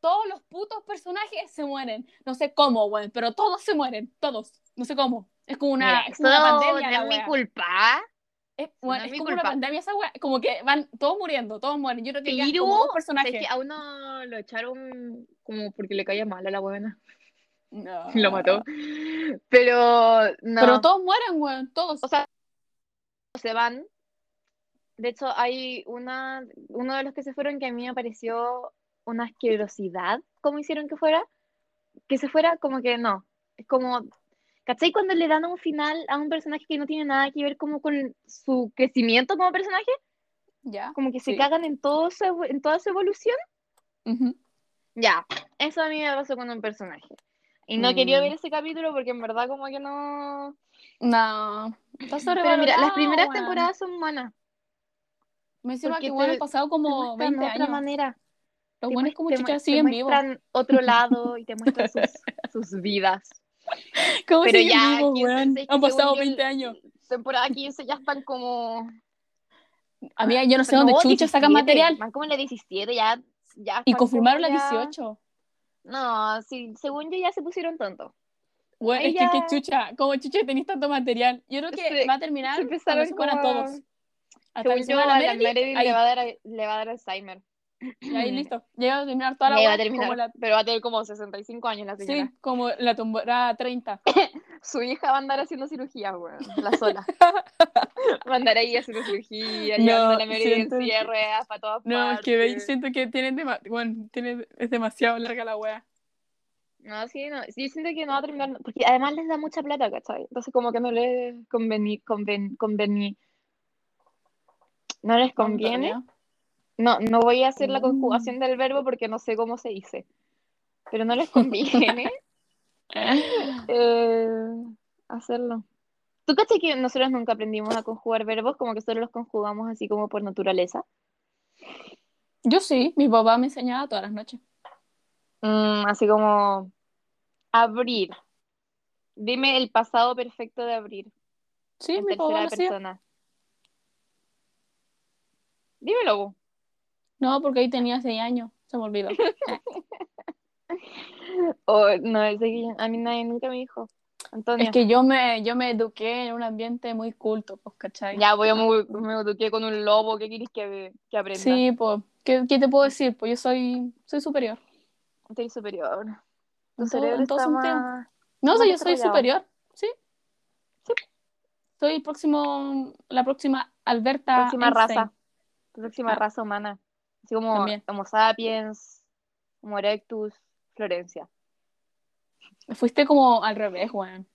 Speaker 1: todos los putos personajes se mueren. No sé cómo, weón, pero todos se mueren, todos. No sé cómo. Es como una,
Speaker 2: Mira,
Speaker 1: es
Speaker 2: eso
Speaker 1: como una pandemia.
Speaker 2: no
Speaker 1: la
Speaker 2: es mi
Speaker 1: wea.
Speaker 2: culpa.
Speaker 1: Es, bueno,
Speaker 2: No es
Speaker 1: es
Speaker 2: mi
Speaker 1: como una
Speaker 2: culpa.
Speaker 1: pandemia esa wea, como que van todos muriendo, todos mueren. Yo creo que quedan
Speaker 2: Pero,
Speaker 1: como dos
Speaker 2: Es
Speaker 1: personajes.
Speaker 2: que a uno lo echaron como porque le caía mal a la buena.
Speaker 1: No.
Speaker 2: Lo mató.
Speaker 1: Ah.
Speaker 2: Pero no.
Speaker 1: Pero todos mueren, weón, todos.
Speaker 2: O sea, se van. De hecho, hay una, uno de los que se fueron que a mí me pareció una asquerosidad, como hicieron que fuera, que se fuera como que no. Es como, ¿cachai? Cuando le dan un final a un personaje que no tiene nada que ver como con su crecimiento como personaje,
Speaker 1: ya.
Speaker 2: como que se
Speaker 1: Sí.
Speaker 2: cagan en, todo su evo- en toda su evolución.
Speaker 1: Ujú.
Speaker 2: Ya, eso a mí me pasó con un personaje. Y no quería
Speaker 1: Mm.
Speaker 2: ver ese capítulo porque en verdad como que no...
Speaker 1: No.
Speaker 2: Pero
Speaker 1: Está
Speaker 2: mira, las
Speaker 1: sobrevalorado,
Speaker 2: primeras
Speaker 1: weón.
Speaker 2: temporadas son buenas.
Speaker 1: Me encima
Speaker 2: porque
Speaker 1: que weón
Speaker 2: te-
Speaker 1: han pasado como
Speaker 2: te muestran
Speaker 1: 20
Speaker 2: de otra
Speaker 1: años.
Speaker 2: manera.
Speaker 1: Los
Speaker 2: Te
Speaker 1: weones
Speaker 2: muest-
Speaker 1: Ah, como
Speaker 2: pues te
Speaker 1: chucha
Speaker 2: muest-
Speaker 1: siguen
Speaker 2: te
Speaker 1: vivos.
Speaker 2: muestran otro lado y te muestran sus, sus vidas.
Speaker 1: ¿Cómo
Speaker 2: Pero
Speaker 1: siguen
Speaker 2: ya,
Speaker 1: vivos,
Speaker 2: 15,
Speaker 1: weón?
Speaker 2: sé que
Speaker 1: Han pasado
Speaker 2: según yo,
Speaker 1: 20 años.
Speaker 2: Temporada 15 ya están como... pues,
Speaker 1: Amiga, yo no sé dónde
Speaker 2: no,
Speaker 1: chucha sacan
Speaker 2: 17,
Speaker 1: material.
Speaker 2: Van como en la 17 ya. ya
Speaker 1: Y
Speaker 2: están
Speaker 1: confirmaron la
Speaker 2: como ya-
Speaker 1: 18.
Speaker 2: No, sí, según yo ya se pusieron tontos.
Speaker 1: Weón,
Speaker 2: Ahí
Speaker 1: es que
Speaker 2: ya-
Speaker 1: qué chucha. Como chucha tenéis tanto material. Yo creo que
Speaker 2: Se-
Speaker 1: va a terminar
Speaker 2: se
Speaker 1: cuando
Speaker 2: empezaron
Speaker 1: se mueran
Speaker 2: como a-
Speaker 1: todos. Hasta
Speaker 2: Según
Speaker 1: que Ah, se
Speaker 2: yo,
Speaker 1: muera
Speaker 2: a
Speaker 1: la
Speaker 2: la
Speaker 1: Meredith,
Speaker 2: Meredith
Speaker 1: ahí,
Speaker 2: le va a dar, le va a dar Alzheimer.
Speaker 1: y ahí listo. Ya va a terminar toda la
Speaker 2: Le va
Speaker 1: weá,
Speaker 2: a terminar,
Speaker 1: como la-
Speaker 2: pero va a tener como 65 años la señora.
Speaker 1: Sí, como la temporada 30.
Speaker 2: Su hija va a andar haciendo cirugía, weón, la sola. va a andar ahí haciendo cirugía,
Speaker 1: No,
Speaker 2: llevando a la Meredith
Speaker 1: siento
Speaker 2: en
Speaker 1: que-
Speaker 2: cierre, para todas
Speaker 1: No, es
Speaker 2: partes.
Speaker 1: que ve- siento que tienen dema- bueno, tienen- es demasiado larga la wea.
Speaker 2: No, sí, no. sí, Yo siento que no va a terminar, porque además les da mucha plata, ¿cachai? Entonces como que no les conveni, conven, conveni- No les conviene. No, no voy a hacer la
Speaker 1: Mm.
Speaker 2: conjugación del verbo porque no sé cómo se dice. Pero no les conviene eh, hacerlo. ¿Tú cachai que nosotros nunca aprendimos a conjugar verbos? Como que solo los conjugamos así como por naturaleza.
Speaker 1: Yo sí, mi papá me enseñaba todas las noches.
Speaker 2: Mm, así como abrir. Dime el pasado perfecto de abrir
Speaker 1: Sí,
Speaker 2: en
Speaker 1: mi papá
Speaker 2: tercera
Speaker 1: lo hacía.
Speaker 2: persona. Dímelo vos.
Speaker 1: No, porque ahí tenía 6 años, se me olvidó.
Speaker 2: O, Oh, no, es que yo- a mí nadie nunca me dijo. Antonio.
Speaker 1: es que yo me, yo me eduqué en un ambiente muy culto, pues, ¿cachai?
Speaker 2: Ya, voy a me, me eduqué con un lobo. ¿Qué querés que, que aprenda?
Speaker 1: sí, pues, ¿qué, qué te puedo decir? Pues yo soy, soy superior.
Speaker 2: Estoy superior. Tu
Speaker 1: En todo-
Speaker 2: cerebro
Speaker 1: en todo
Speaker 2: está
Speaker 1: sentido.
Speaker 2: más...
Speaker 1: No,
Speaker 2: más
Speaker 1: sé, yo soy
Speaker 2: desarrollado.
Speaker 1: superior, ¿sí?
Speaker 2: Sí.
Speaker 1: Soy el próximo, la próxima Alberta
Speaker 2: próxima
Speaker 1: Einstein.
Speaker 2: raza. Próxima
Speaker 1: Ah.
Speaker 2: raza humana. Así como
Speaker 1: También.
Speaker 2: Homo sapiens, Homo erectus, Florencia.
Speaker 1: Fuiste como al revés, weón.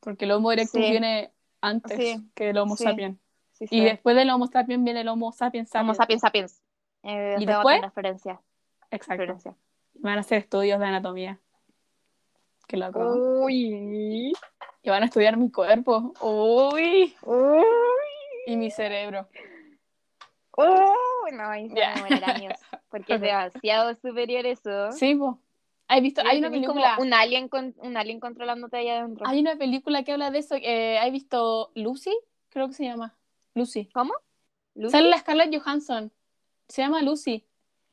Speaker 1: Porque el Homo erectus
Speaker 2: Sí.
Speaker 1: viene antes
Speaker 2: Sí.
Speaker 1: que el Homo
Speaker 2: Sí.
Speaker 1: sapiens.
Speaker 2: Sí,
Speaker 1: Y
Speaker 2: sí.
Speaker 1: después del Homo sapiens viene el Homo sapiens
Speaker 2: Homo
Speaker 1: sapiens.
Speaker 2: sapiens sapiens. Eh,
Speaker 1: ¿Y
Speaker 2: luego
Speaker 1: después?
Speaker 2: tendrás Florencia.
Speaker 1: Exacto.
Speaker 2: Florencia.
Speaker 1: Van a hacer estudios de anatomía. Qué loco. ¿no?
Speaker 2: Oh. Uy.
Speaker 1: Y van a estudiar mi cuerpo. Uy.
Speaker 2: Uy.
Speaker 1: Y mi cerebro.
Speaker 2: Uy. no, y se
Speaker 1: Ya.
Speaker 2: mueren años, porque es demasiado superior eso.
Speaker 1: Sí, po. ¿Has visto? Hay una
Speaker 2: Tenés
Speaker 1: película.
Speaker 2: Como un, alien con, un alien controlándote allá adentro.
Speaker 1: Hay una película que habla de eso. eh, ¿Has visto Lucy? Creo que se llama. Lucy.
Speaker 2: Lucy,
Speaker 1: Sale la Scarlett Johansson. Se llama Lucy.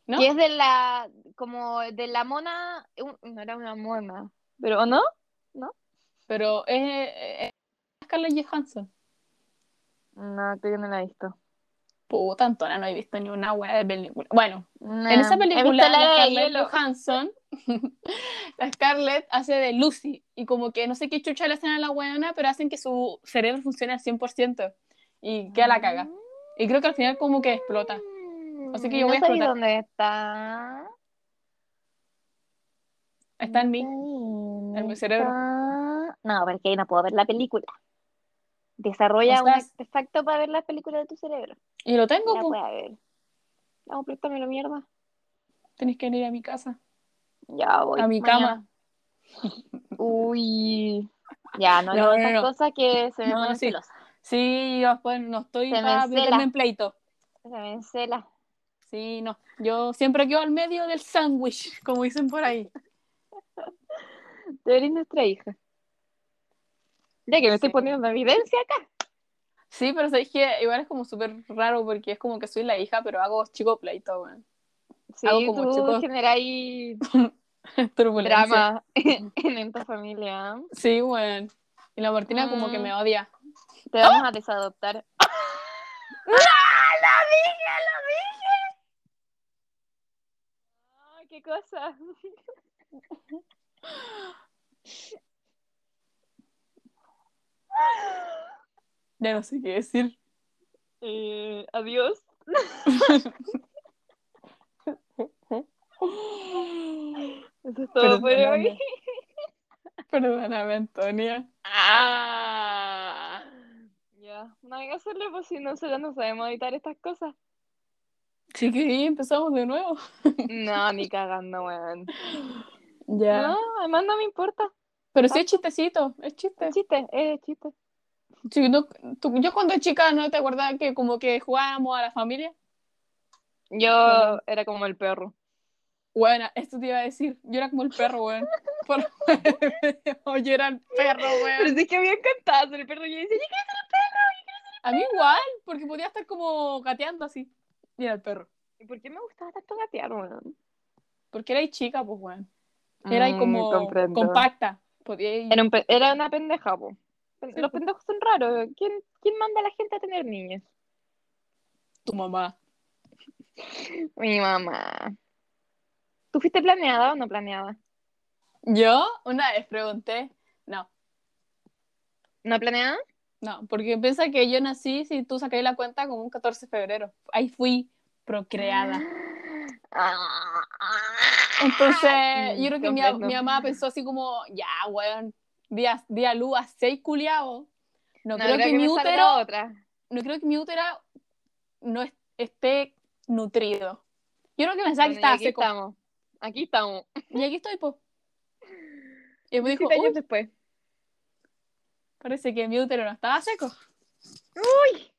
Speaker 1: ¿no?
Speaker 2: Que es de la, como de la mona, eh, un- no era una mona, pero ¿o no?
Speaker 1: Pero es, eh, es Scarlett Johansson.
Speaker 2: No, creo que no la he visto.
Speaker 1: Puta, Antona, no he visto ni una wea de película. Bueno,
Speaker 2: No,
Speaker 1: en esa
Speaker 2: Ah, he
Speaker 1: película
Speaker 2: visto
Speaker 1: la
Speaker 2: la de
Speaker 1: Scarlett
Speaker 2: hielo.
Speaker 1: Johansson, la Scarlett hace de Lucy. Y como que no sé qué chucha le hacen a la weona, pero hacen que su cerebro funcione al 100%. Y queda
Speaker 2: Ah.
Speaker 1: la caga. Y creo que al final como que explota. Así que yo
Speaker 2: Mm, no
Speaker 1: voy a
Speaker 2: sabía
Speaker 1: explotar.
Speaker 2: dónde está.
Speaker 1: Está en mí.
Speaker 2: mí.
Speaker 1: en mi cerebro.
Speaker 2: No, porque ahí no puedo ver la película. Desarrolla
Speaker 1: O
Speaker 2: un
Speaker 1: sea,
Speaker 2: artefacto para ver la película de tu cerebro.
Speaker 1: Y lo tengo,
Speaker 2: La
Speaker 1: po.
Speaker 2: pueda ver. Vamos, préstamelo, mierda.
Speaker 1: Tenés que venir a mi casa,
Speaker 2: Ya voy.
Speaker 1: a mi
Speaker 2: mañana.
Speaker 1: cama.
Speaker 2: Uy. Ya, no,
Speaker 1: No,
Speaker 2: no,
Speaker 1: no,
Speaker 2: esas
Speaker 1: no.
Speaker 2: cosas que se me
Speaker 1: No,
Speaker 2: ponen
Speaker 1: sí.
Speaker 2: celosa.
Speaker 1: Sí, yo después no estoy
Speaker 2: Se me
Speaker 1: para
Speaker 2: cela.
Speaker 1: meterme en pleito.
Speaker 2: Se me encela.
Speaker 1: Sí, no. Yo siempre quedo al medio del sándwich, como dicen por ahí.
Speaker 2: Tú eres nuestra hija. Ya que me estoy
Speaker 1: Sí.
Speaker 2: poniendo en evidencia.
Speaker 1: Sí, pero sabes que igual es como súper raro porque es como que soy la hija, pero hago chico pleito, weón.
Speaker 2: Sí,
Speaker 1: Hago como
Speaker 2: tú
Speaker 1: chicos.
Speaker 2: generáis
Speaker 1: Turbulencia.
Speaker 2: drama en tu familia. ¿eh?
Speaker 1: Sí, weón. Y la Martina como que me odia.
Speaker 2: Te
Speaker 1: ¡Ah!
Speaker 2: vamos a desadoptar. ¡No! ¡Lo dije, lo dije! ¡Qué cosa!
Speaker 1: Ya no sé qué decir.
Speaker 2: Eh, adiós. Eso es todo por hoy.
Speaker 1: Perdóname. Perdóname, Antonia.
Speaker 2: Ah. Ya, no hay que hacerle, pues si nosotros no sabemos editar estas cosas.
Speaker 1: Sí, que ahí empezamos de nuevo.
Speaker 2: No, ni cagando, weón.
Speaker 1: Ya.
Speaker 2: No, además no me importa.
Speaker 1: Pero sí es chistecito, es chiste.
Speaker 2: Es chiste, es chiste.
Speaker 1: Sí, no- tú- yo cuando chica no te acordaba que como que jugábamos a la familia.
Speaker 2: Yo era como el perro.
Speaker 1: Bueno, esto te iba a decir. Yo era como el perro, weón. Por- O yo era el perro,
Speaker 2: Pero
Speaker 1: weón.
Speaker 2: sí que me encantado el perro. Yo decía, "Yo quiero ser el perro.
Speaker 1: A mí igual, porque podía estar como gateando así. Y era el perro.
Speaker 2: ¿Y por qué me gustaba tanto gatear, weón?
Speaker 1: Porque era ahí chica, pues, weón. Era
Speaker 2: Mm,
Speaker 1: ahí como compacta. Podía ir-
Speaker 2: Era, un pe- era una pendeja, po. Pen-
Speaker 1: Sí,
Speaker 2: Los
Speaker 1: po.
Speaker 2: pendejos son raros. ¿Quién, ¿Quién manda a la gente a tener niños?
Speaker 1: tu mamá.
Speaker 2: Mi mamá. ¿Tú fuiste planeada o no planeada?
Speaker 1: Yo una vez pregunté, no,
Speaker 2: ¿No planeada?
Speaker 1: no, porque piensa que yo nací, si tú sacáis la cuenta, como un 14 de febrero. Ahí fui procreada.
Speaker 2: Ah.
Speaker 1: Entonces,
Speaker 2: Mm,
Speaker 1: yo creo que mi,
Speaker 2: comprendo.
Speaker 1: mi mamá pensó así como, ya, weón, día, día luz a seis culiao.
Speaker 2: No,
Speaker 1: No, creo, que, mi
Speaker 2: me salga
Speaker 1: útero,
Speaker 2: otra.
Speaker 1: no creo que mi útero no es- esté nutrido. Yo creo que pensaba
Speaker 2: Bueno, y
Speaker 1: que estaba
Speaker 2: aquí
Speaker 1: seco.
Speaker 2: estamos. Aquí estamos.
Speaker 1: Y aquí estoy, po. Y me dijo,
Speaker 2: Siete años
Speaker 1: "Uy,
Speaker 2: después.
Speaker 1: parece que mi útero no estaba seco.
Speaker 2: ¡Uy!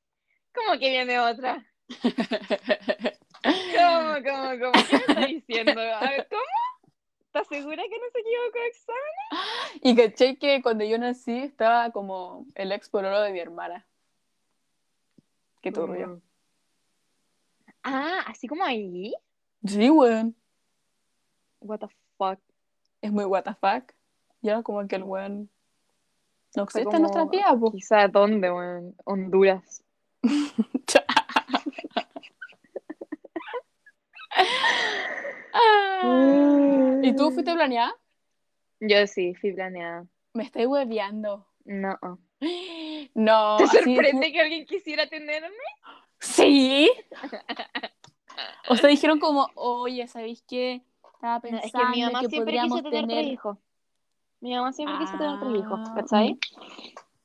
Speaker 2: ¿Cómo que viene otra? ¿Cómo, cómo, cómo? ¿Qué me está diciendo? A ver, ¿cómo? ¿Estás segura que no se equivocó, examen?
Speaker 1: y caché que cuando yo nací estaba como el ex pololo de mi hermana. Qué turbio.
Speaker 2: Ah, así como ahí.
Speaker 1: Sí, weón.
Speaker 2: What the fuck.
Speaker 1: es muy what the fuck. Y era como que el weón no
Speaker 2: Fue
Speaker 1: existe en nuestra
Speaker 2: como,
Speaker 1: tía, po.
Speaker 2: Quizá dónde, weón. Honduras.
Speaker 1: Ah. ¿Y tú fuiste planeada?
Speaker 2: Yo sí, fui planeada.
Speaker 1: Me estoy hueveando.
Speaker 2: No.
Speaker 1: No.
Speaker 2: ¿Te
Speaker 1: Oh, así-
Speaker 2: sorprende que alguien quisiera tenerme?
Speaker 1: Sí. O sea, dijeron como, oye, ¿sabéis qué? Estaba
Speaker 2: No,
Speaker 1: pensando
Speaker 2: es que mi mamá
Speaker 1: que
Speaker 2: siempre
Speaker 1: podríamos
Speaker 2: quiso tener tres
Speaker 1: tener...
Speaker 2: hijos. Mi mamá siempre quiso tener tres hijos,
Speaker 1: Ah,
Speaker 2: ¿cachai?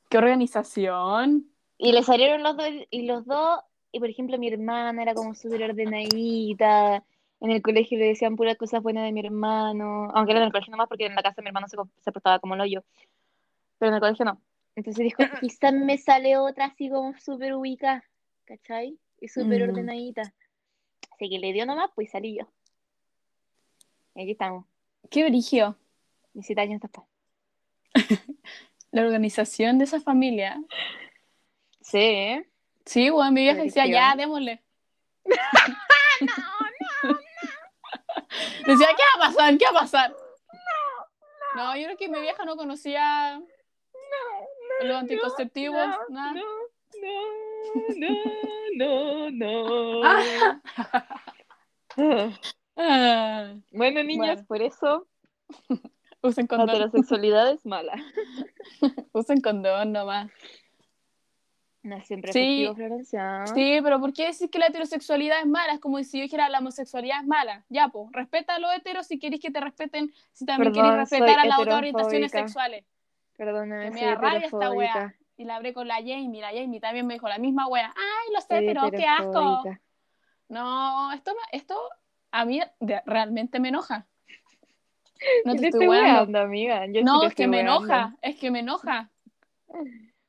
Speaker 1: ¿Qué organización?
Speaker 2: Y le salieron los dos, y los dos, y por ejemplo mi hermana era como súper ordenadita, en el colegio le decían puras cosas buenas de mi hermano, aunque era en el colegio nomás porque en la casa de mi hermano se, co- se portaba como el hoyo, pero en el colegio no. Entonces dijo, quizás me sale otra así como súper ubicada, ¿cachai? Y súper
Speaker 1: Mm.
Speaker 2: ordenadita. Así que le dio nomás, pues salí yo. Y aquí estamos,
Speaker 1: Qué brigio.
Speaker 2: 17 años después.
Speaker 1: La organización de esa familia.
Speaker 2: Sí, ¿eh?
Speaker 1: Sí, weón, mi vieja
Speaker 2: Qué
Speaker 1: decía,
Speaker 2: brigio.
Speaker 1: ya, démosle. Decía, ¿qué va a pasar? ¿Qué va a pasar? No, yo creo que mi vieja no conocía los anticonceptivos, nada.
Speaker 2: no, no, no, no.
Speaker 1: Ah,
Speaker 2: Ah. Bueno, niñas,
Speaker 1: Bueno.
Speaker 2: por eso
Speaker 1: usen
Speaker 2: la
Speaker 1: condón,
Speaker 2: heterosexualidad es mala.
Speaker 1: usen condón nomás.
Speaker 2: No siempre
Speaker 1: Sí.
Speaker 2: efectivo, Florencia.
Speaker 1: Sí, pero ¿por qué decir que la heterosexualidad es mala? Es como si yo dijera la homosexualidad es mala. Ya, pues, respeta a los heteros si querés que te respeten, si también
Speaker 2: Perdón,
Speaker 1: querés respetar
Speaker 2: soy
Speaker 1: a las otras orientaciones
Speaker 2: heterofóbica.
Speaker 1: sexuales.
Speaker 2: Perdóname,
Speaker 1: Que me
Speaker 2: soy
Speaker 1: da rabia esta
Speaker 2: heterofóbica.
Speaker 1: wea. Y la hablé con la Jamie, la Jamie también me dijo la misma wea. Ay, los
Speaker 2: Soy
Speaker 1: heteros, qué asco.
Speaker 2: heterofóbica.
Speaker 1: No, esto, me- esto a mí de- realmente me enoja. No
Speaker 2: Yo
Speaker 1: te estoy weando.
Speaker 2: weando, amiga. Yo sí
Speaker 1: No,
Speaker 2: te
Speaker 1: es que
Speaker 2: estoy
Speaker 1: me
Speaker 2: weando.
Speaker 1: enoja, es que me enoja.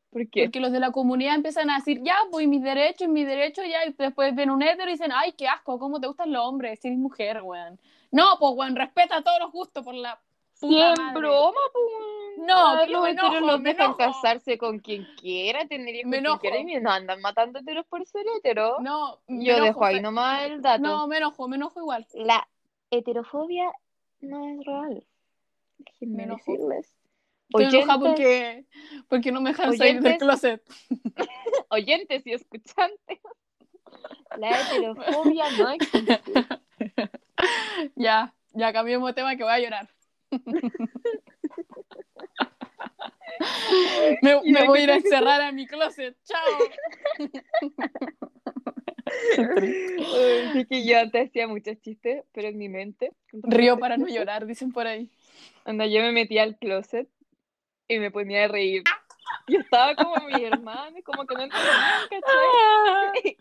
Speaker 2: ¿Por qué?
Speaker 1: Porque los de la comunidad empiezan a decir, ya, pues mis derechos, mis derechos, ya, y después ven un hétero y dicen, ay, qué asco, ¿cómo te gustan los hombres? Si eres mujer, weón. No, pues, weón, respeta todos los gustos por la puta
Speaker 2: Siempre,
Speaker 1: madre.
Speaker 2: broma, pues.
Speaker 1: No,
Speaker 2: Ah,
Speaker 1: pero
Speaker 2: los
Speaker 1: me
Speaker 2: heteros
Speaker 1: enojo,
Speaker 2: los
Speaker 1: me
Speaker 2: dejan
Speaker 1: enojo.
Speaker 2: casarse con quien quiera, tener hijos
Speaker 1: Me
Speaker 2: con
Speaker 1: enojo.
Speaker 2: quien quiera y no andan matando heteros por ser hetero.
Speaker 1: No, me
Speaker 2: Yo
Speaker 1: enojo,
Speaker 2: dejo ahí
Speaker 1: fe-
Speaker 2: nomás el dato.
Speaker 1: No, me enojo, me enojo igual.
Speaker 2: La heterofobia no es real.
Speaker 1: Me
Speaker 2: Déjenme
Speaker 1: enojo.
Speaker 2: decirles.
Speaker 1: Estoy enojada
Speaker 2: Oyentes-
Speaker 1: porque, porque no me dejan salir del
Speaker 2: Oyentes.
Speaker 1: closet.
Speaker 2: oyentes y escuchantes, la heterofobia no existe.
Speaker 1: Ya, ya cambiemos de tema que voy a llorar. me
Speaker 2: Y
Speaker 1: me voy a ir a
Speaker 2: aquí-
Speaker 1: encerrar a mi closet. Chao.
Speaker 2: Así que yo antes hacía muchos chistes, pero en mi mente.
Speaker 1: Río para no llorar, dicen por ahí.
Speaker 2: Cuando yo me metía al closet y me ponía a reír. Yo estaba como mi hermano, como que no entendía, ¿cachai?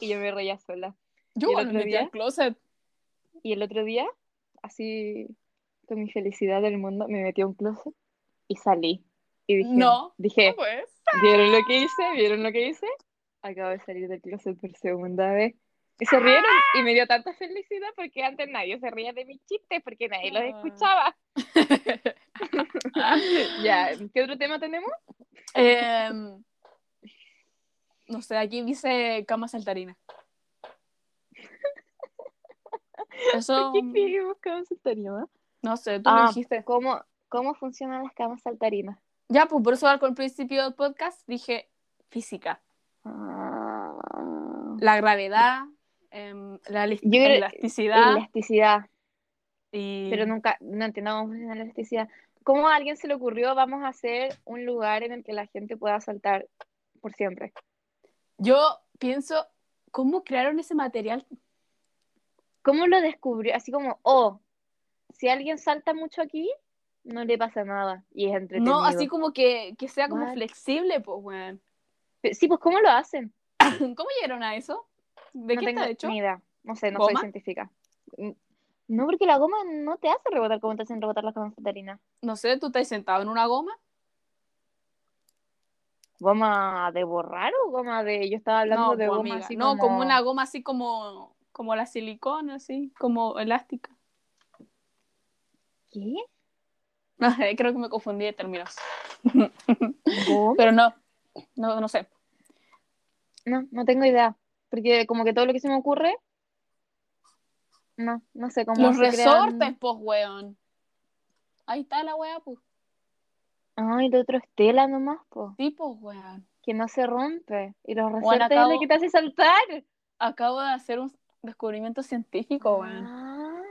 Speaker 2: Y yo me reía sola.
Speaker 1: Yo
Speaker 2: ¿Y el
Speaker 1: igual me
Speaker 2: otro
Speaker 1: metí al
Speaker 2: día?
Speaker 1: closet.
Speaker 2: Y el otro día, así con mi felicidad del mundo, me metí a un closet y salí. Y dije,
Speaker 1: No.
Speaker 2: dije,
Speaker 1: Pues.
Speaker 2: ¿Vieron lo que hice? ¿Vieron lo que hice? Acabo de salir del closet por segunda vez. Y se rieron y me dio tanta felicidad porque antes nadie se reía de mis chistes porque nadie los
Speaker 1: Ah.
Speaker 2: escuchaba. Ya, ¿qué otro tema tenemos?
Speaker 1: Em, no sé, aquí dice cama saltarina. Eso,
Speaker 2: ¿Qué dijimos camas saltarinas?
Speaker 1: no sé, tú lo
Speaker 2: Ah.
Speaker 1: dijiste.
Speaker 2: ¿Cómo, ¿Cómo funcionan las camas saltarinas?
Speaker 1: Ya, pues por eso al con- principio del podcast dije física.
Speaker 2: Ah,
Speaker 1: La gravedad, em, la elis-
Speaker 2: Yo creo-
Speaker 1: elasticidad
Speaker 2: Elasticidad,
Speaker 1: y...
Speaker 2: pero nunca, no entendamos cómo funciona la elasticidad. ¿Cómo a alguien se le ocurrió vamos a hacer un lugar en el que la gente pueda saltar por siempre?
Speaker 1: Yo pienso, ¿cómo crearon ese material?
Speaker 2: ¿Cómo lo descubrió? Así como, oh, si alguien salta mucho aquí, no le pasa nada y es entretenido.
Speaker 1: No, así como que, que sea como
Speaker 2: What?
Speaker 1: flexible, pues, weón.
Speaker 2: Pe- Sí, pues ¿cómo lo hacen?
Speaker 1: ¿Cómo llegaron a eso? ¿De
Speaker 2: no
Speaker 1: qué
Speaker 2: tengo
Speaker 1: está hecho?
Speaker 2: ni idea. No sé, no soy
Speaker 1: ¿Goma?
Speaker 2: científica. Mm, No, porque la goma no te hace rebotar como te hacen rebotar las camas saltarinas.
Speaker 1: No sé, tú estás sentado en una goma.
Speaker 2: ¿Goma de borrar o goma de...? Yo estaba hablando
Speaker 1: no,
Speaker 2: de
Speaker 1: pues,
Speaker 2: goma
Speaker 1: amiga,
Speaker 2: así
Speaker 1: no, como...
Speaker 2: como
Speaker 1: una goma así como, como la silicona, así, como elástica.
Speaker 2: ¿Qué?
Speaker 1: No sé, creo que me confundí de términos.
Speaker 2: ¿Goma?
Speaker 1: Pero no, no, no sé.
Speaker 2: No, no tengo idea. Porque como que todo lo que se me ocurre... No, no sé cómo
Speaker 1: Los
Speaker 2: se crean-
Speaker 1: resortes, pues, weón. Ahí está la wea, pues.
Speaker 2: Ay, lo otro es tela nomás, pues.
Speaker 1: Sí, pues, weón.
Speaker 2: que no se rompe. Y los resortes
Speaker 1: Bueno,
Speaker 2: es
Speaker 1: acabo-
Speaker 2: lo que te hace saltar.
Speaker 1: Acabo de hacer un descubrimiento científico, weón.
Speaker 2: Ah,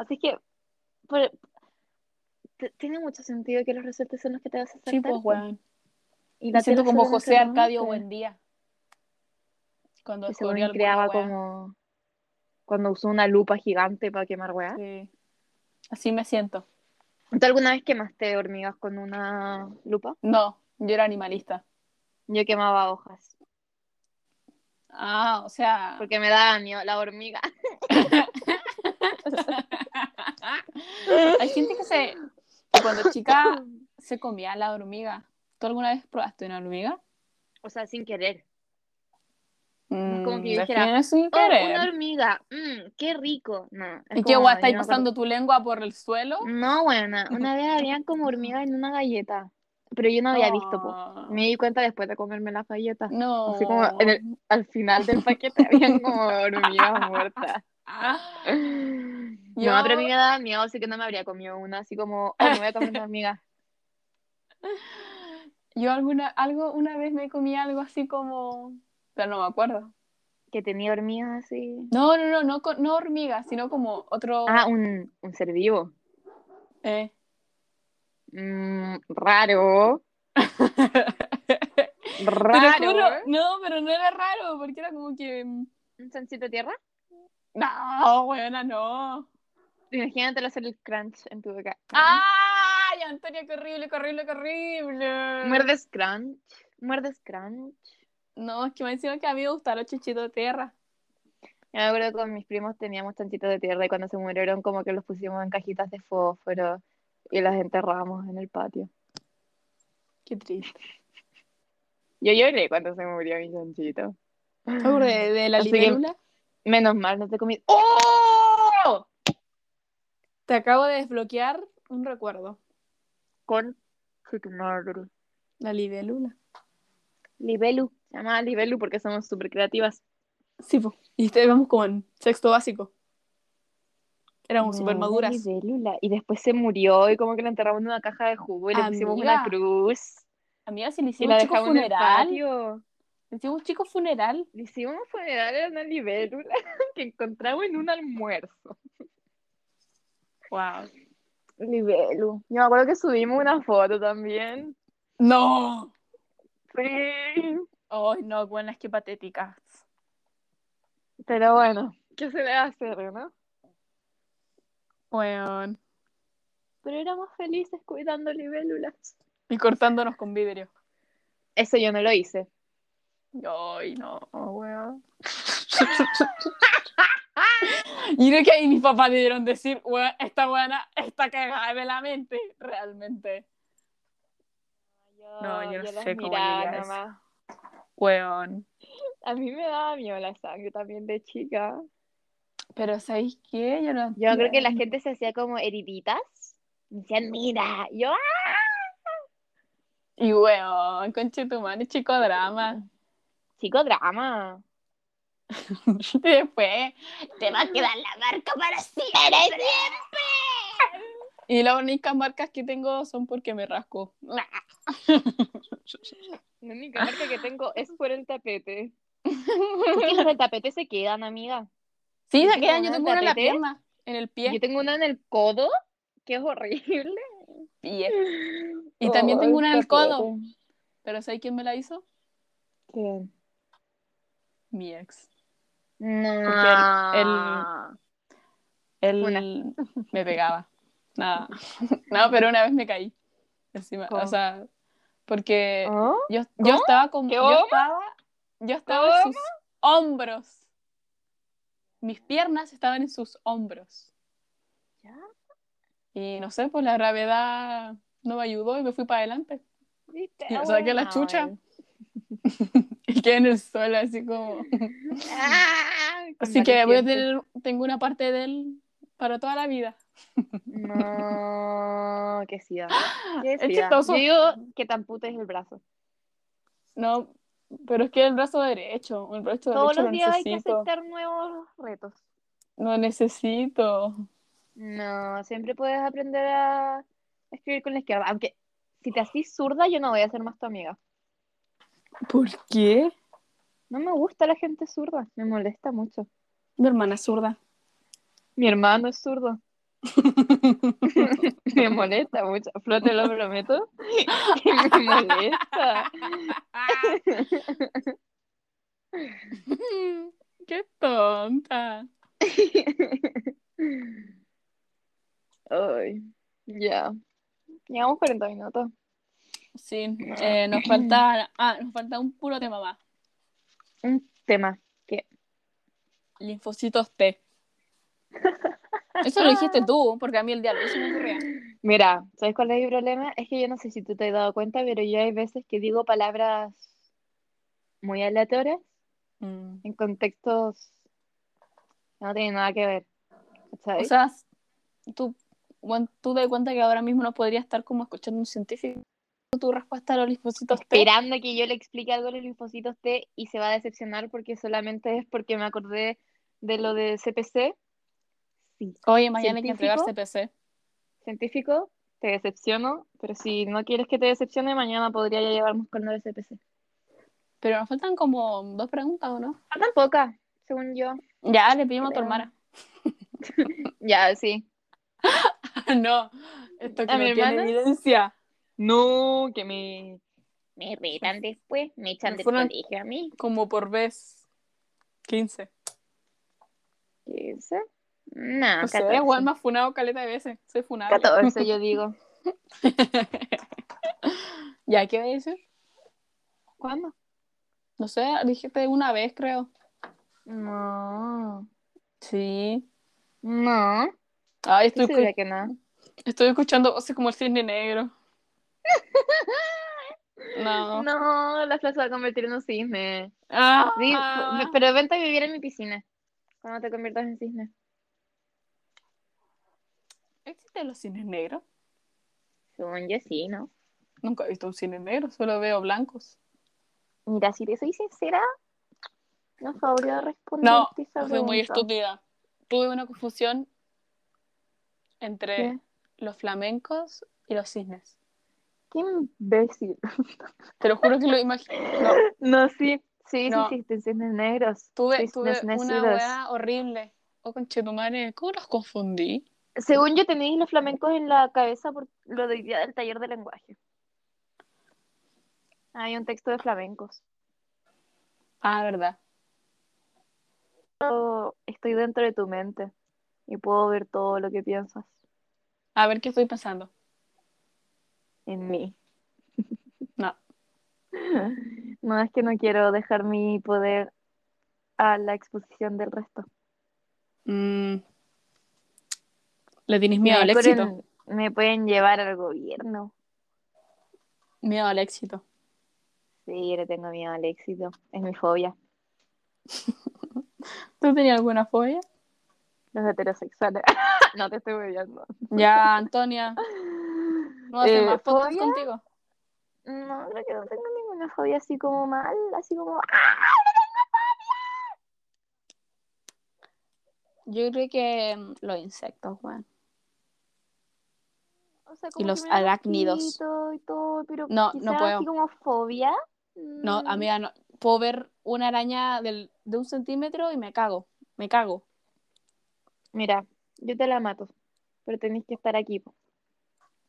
Speaker 2: así que por- t- tiene mucho sentido que los resortes son los que te hacen saltar.
Speaker 1: Sí, pues,
Speaker 2: po.
Speaker 1: weón.
Speaker 2: Y
Speaker 1: Me siento
Speaker 2: tela
Speaker 1: como
Speaker 2: solo no se
Speaker 1: José Arcadio
Speaker 2: rompe.
Speaker 1: Buendía. Cuando
Speaker 2: Que
Speaker 1: descubrió
Speaker 2: según
Speaker 1: alguna
Speaker 2: creaba
Speaker 1: wea.
Speaker 2: como cuando usó una lupa gigante para quemar weá.
Speaker 1: Sí. Así me siento.
Speaker 2: ¿Tú alguna vez quemaste hormigas con una lupa?
Speaker 1: No, yo era animalista.
Speaker 2: Yo quemaba hojas.
Speaker 1: Ah, o sea.
Speaker 2: Porque me daba miedo la hormiga.
Speaker 1: Hay gente que se. que cuando chica se comía la hormiga. ¿Tú alguna vez probaste una hormiga?
Speaker 2: O sea, sin querer. es como que yo
Speaker 1: Mm,
Speaker 2: dijera,
Speaker 1: define sin
Speaker 2: Oh,
Speaker 1: querer.
Speaker 2: una hormiga, mm, qué rico. No, es
Speaker 1: ¿Y qué
Speaker 2: como,
Speaker 1: guay?
Speaker 2: no,
Speaker 1: ¿Estáis
Speaker 2: yo me
Speaker 1: pasando tu lengua por el suelo?
Speaker 2: acuerdo. No, buena, una vez habían como hormigas en una galleta, pero yo no había visto, po.
Speaker 1: Ah,
Speaker 2: Me di cuenta después de comerme las galletas.
Speaker 1: No.
Speaker 2: Así como en el- al final del paquete habían como hormigas muertas.
Speaker 1: Ah,
Speaker 2: No, pero a mí me daba miedo, así que no me habría comido una, así como, oh, me voy a comer una hormiga.
Speaker 1: Yo alguna, algo, una vez me comí algo así como... Pero no me acuerdo.
Speaker 2: Que tenía hormigas así.
Speaker 1: No, no, no, no, co- no hormigas, sino como otro...
Speaker 2: Ah, un, un ser vivo.
Speaker 1: eh.
Speaker 2: Mm, raro,
Speaker 1: Te lo
Speaker 2: raro.
Speaker 1: juro, no, pero no era raro, porque era como que... mm,
Speaker 2: ¿Un sancito de tierra?
Speaker 1: No, buena, no.
Speaker 2: Imagínate hacer el crunch en tu boca.
Speaker 1: ¡Ay, Antonia, qué horrible, qué horrible, qué horrible!
Speaker 2: Muerdes crunch. Muerdes crunch.
Speaker 1: No, es que me decían que a mí me gustan los chuchitos de tierra.
Speaker 2: Yo me acuerdo que con mis primos teníamos tantitos de tierra y cuando se murieron como que los pusimos en cajitas de fósforo y las enterramos en el patio.
Speaker 1: Qué triste.
Speaker 2: Yo lloré cuando se murió mi chanchito.
Speaker 1: ¿Te acuerdas de, de la
Speaker 2: Así que-
Speaker 1: libélula?
Speaker 2: Menos mal, no te comí. ¡Oh!
Speaker 1: Te acabo de desbloquear un recuerdo.
Speaker 2: Con Chignarl.
Speaker 1: La libélula.
Speaker 2: Libelu. Se llama Libelu porque somos súper creativas.
Speaker 1: Sí, po. Y te vamos con sexto básico. Éramos
Speaker 2: No,
Speaker 1: súper
Speaker 2: la
Speaker 1: maduras.
Speaker 2: libélula. Y después se murió y como que la enterramos en una caja de jugo y le pusimos una
Speaker 1: Amiga.
Speaker 2: cruz.
Speaker 1: Amiga, si le
Speaker 2: Y
Speaker 1: hicimos
Speaker 2: la
Speaker 1: un chico
Speaker 2: dejamos
Speaker 1: funeral.
Speaker 2: en el patio.
Speaker 1: Le hicimos un chico funeral.
Speaker 2: Le hicimos un funeral a una libélula que encontramos en un almuerzo.
Speaker 1: Wow.
Speaker 2: Libelu. Yo me acuerdo que subimos una foto también.
Speaker 1: ¡No!
Speaker 2: Sí.
Speaker 1: ¡Ay, no, buenas, qué patéticas!
Speaker 2: Pero bueno, ¿qué se le va a hacer, no?
Speaker 1: Bueno.
Speaker 2: Pero éramos felices cuidando libélulas.
Speaker 1: Y cortándonos con vidrio.
Speaker 2: Eso yo no lo hice.
Speaker 1: Ay, no, weón. y no que ahí mis papás debieron decir, weón, esta weona está cagada de la mente, realmente.
Speaker 2: Yo,
Speaker 1: No, yo no
Speaker 2: las
Speaker 1: sé cómo
Speaker 2: miraba
Speaker 1: llegué a eso.
Speaker 2: nomás.
Speaker 1: Weón.
Speaker 2: A mí me daba miedo la sangre también de chica.
Speaker 1: Pero ¿sabéis qué? Yo no
Speaker 2: Yo creo que la
Speaker 1: entiendo.
Speaker 2: gente se hacía como heriditas. Me decían, mira, yo "Ah".
Speaker 1: Y weón, conchetumane, chico drama.
Speaker 2: chico drama.
Speaker 1: y después, te va a quedar la marca para siempre. Y las únicas marcas que tengo son porque me rasco.
Speaker 2: La única marca que tengo es por el tapete. Es que los del tapete se quedan, amiga.
Speaker 1: Sí, se
Speaker 2: ¿Tú
Speaker 1: quedan, yo
Speaker 2: tienes
Speaker 1: tengo una en la
Speaker 2: tapete?
Speaker 1: pierna, en el pie.
Speaker 2: Yo tengo una en el codo, que es horrible.
Speaker 1: Pie. Y también tengo una en el codo.
Speaker 2: tapete.
Speaker 1: Pero ¿sabes quién me la hizo?
Speaker 2: ¿Quién?
Speaker 1: Mi ex.
Speaker 2: No.
Speaker 1: Él
Speaker 2: Una.
Speaker 1: me pegaba. Nada. No, pero una vez me caí. Encima.
Speaker 2: ¿Cómo?
Speaker 1: O sea, porque
Speaker 2: ¿Oh?
Speaker 1: yo, yo
Speaker 2: ¿Cómo?
Speaker 1: estaba como.
Speaker 2: ¿Qué
Speaker 1: Yo
Speaker 2: cómo?
Speaker 1: estaba, yo estaba en sus hombros. Mis piernas estaban en sus hombros.
Speaker 2: ¿Ya?
Speaker 1: Y no sé, pues la gravedad no me ayudó y me fui para adelante.
Speaker 2: ¿Viste?
Speaker 1: Y me saqué la
Speaker 2: Ay.
Speaker 1: chucha. Y quedé en el suelo, así como.
Speaker 2: Ah, con
Speaker 1: Así que voy a
Speaker 2: maldición.
Speaker 1: tener, tengo una parte de él para toda la vida.
Speaker 2: No, que sí.
Speaker 1: ¡Ah! Es chistoso.
Speaker 2: Yo digo que tan puto es el brazo.
Speaker 1: No, pero es que el brazo derecho, el brazo
Speaker 2: Todos
Speaker 1: derecho
Speaker 2: los
Speaker 1: lo
Speaker 2: días hay que
Speaker 1: necesito.
Speaker 2: aceptar nuevos retos.
Speaker 1: Lo necesito.
Speaker 2: No, siempre puedes aprender a escribir con la izquierda. Aunque si te haces zurda, yo no voy a ser más tu amiga.
Speaker 1: ¿Por qué?
Speaker 2: No me gusta la gente zurda, me molesta mucho.
Speaker 1: Mi hermana es zurda.
Speaker 2: Mi hermano es zurdo, me molesta mucho. Flo, te lo prometo. que me molesta. Ah.
Speaker 1: qué tonta.
Speaker 2: Ay, ya. Llevamos 40 minutos.
Speaker 1: Sí, eh, nos falta, ah, nos falta un puro tema más.
Speaker 2: Un tema.
Speaker 1: Linfocitos T. Eso lo dijiste tú, porque a mí el diálogo se me ocurría.
Speaker 2: Mira, ¿sabes cuál es mi problema? Es que yo no sé si tú te has dado cuenta, pero yo hay veces que digo palabras muy aleatorias
Speaker 1: Mm.
Speaker 2: en contextos que no tienen nada que ver. ¿cachai?
Speaker 1: O sea, tú, bueno, tú das cuenta que ahora mismo no podría estar como escuchando un científico tu respuesta a los linfocitos T.
Speaker 2: esperando que yo le explique algo a los linfocitos T y se va a decepcionar porque solamente es porque me acordé de lo de CPC. Sí,
Speaker 1: Oye, mañana hay que entregar
Speaker 2: ¿Científico?
Speaker 1: CPC.
Speaker 2: científico, te decepciono, pero si no quieres que te decepcione, mañana podría ya llevarnos con lo de CPC.
Speaker 1: Pero nos faltan como dos preguntas, ¿o no?
Speaker 2: Faltan pocas, según yo.
Speaker 1: Ya, le pedimos a tu
Speaker 2: Creo.
Speaker 1: hermana.
Speaker 2: Ya, sí.
Speaker 1: no, esto
Speaker 2: ¿A mi hermana?
Speaker 1: evidencia.
Speaker 2: No, que me... Me
Speaker 1: retan
Speaker 2: después, me
Speaker 1: echan Me del fueron-
Speaker 2: colegio a mí.
Speaker 1: Como por vez 15.
Speaker 2: ¿Qué sé? No,
Speaker 1: No sé,
Speaker 2: 14.
Speaker 1: igual me ha funado caleta de veces. Soy funable.
Speaker 2: 14, yo digo.
Speaker 1: ¿Ya qué voy a decir?
Speaker 2: ¿Cuándo?
Speaker 1: No sé, dijiste una vez, creo.
Speaker 2: No.
Speaker 1: Sí.
Speaker 2: No.
Speaker 1: Ay, estoy,
Speaker 2: Estoy segura
Speaker 1: escu-
Speaker 2: que no.
Speaker 1: estoy escuchando voces como el cisne negro. No.
Speaker 2: No, la plaza va a convertir en un cisne.
Speaker 1: Ah.
Speaker 2: Di- p- Pero vente a vivir en mi piscina. Cuando te conviertas en cisne.
Speaker 1: ¿Existen los cisnes negros?
Speaker 2: Según yo sí, ¿no?
Speaker 1: Nunca he visto un cisne negro, solo veo blancos.
Speaker 2: Mira, si te soy sincera, no sabría responder.
Speaker 1: No, Fui muy estúpida. Tuve una confusión entre
Speaker 2: ¿Qué?
Speaker 1: los flamencos y los cisnes.
Speaker 2: Qué imbécil.
Speaker 1: Te lo juro que lo imagino. No,
Speaker 2: No, sí. Sí,
Speaker 1: No.
Speaker 2: sí, existen cisnes negros.
Speaker 1: tuve,
Speaker 2: cisnes
Speaker 1: tuve una
Speaker 2: necidos.
Speaker 1: weá horrible. Oh, conchetumare, ¿cómo los confundí?
Speaker 2: Según yo tenéis los flamencos en la cabeza por lo de hoy día del taller de lenguaje. Hay un texto de flamencos.
Speaker 1: Ah, verdad.
Speaker 2: Yo Estoy dentro de tu mente y puedo ver todo lo que piensas
Speaker 1: A ver qué estoy pensando.
Speaker 2: en mí.
Speaker 1: No.
Speaker 2: No es que no quiero dejar mi poder a la exposición del resto.
Speaker 1: Mm. ¿Le tienes miedo
Speaker 2: me,
Speaker 1: al éxito?
Speaker 2: pueden, me pueden llevar al gobierno.
Speaker 1: Miedo al éxito.
Speaker 2: Sí, yo le tengo miedo al éxito. Es mi fobia.
Speaker 1: ¿Tú tenías alguna fobia?
Speaker 2: Los heterosexuales. no te estoy bebiendo.
Speaker 1: Ya, Antonia, no hace más podcast
Speaker 2: fobia?
Speaker 1: contigo.
Speaker 2: No, creo que no tengo ninguna fobia así como mal, así como... ¡ah!
Speaker 1: Yo creo que mm, los insectos, weón.
Speaker 2: O sea, como
Speaker 1: los
Speaker 2: que me dan
Speaker 1: arácnidos.
Speaker 2: mosquito Y todo, pero
Speaker 1: No, no
Speaker 2: quizás
Speaker 1: puedo.
Speaker 2: Así como fobia.
Speaker 1: No,
Speaker 2: mm,
Speaker 1: amiga, no. Puedo ver una araña del- de un centímetro y me cago. Me cago.
Speaker 2: Mira, yo te la mato, pero tenés que estar aquí. po.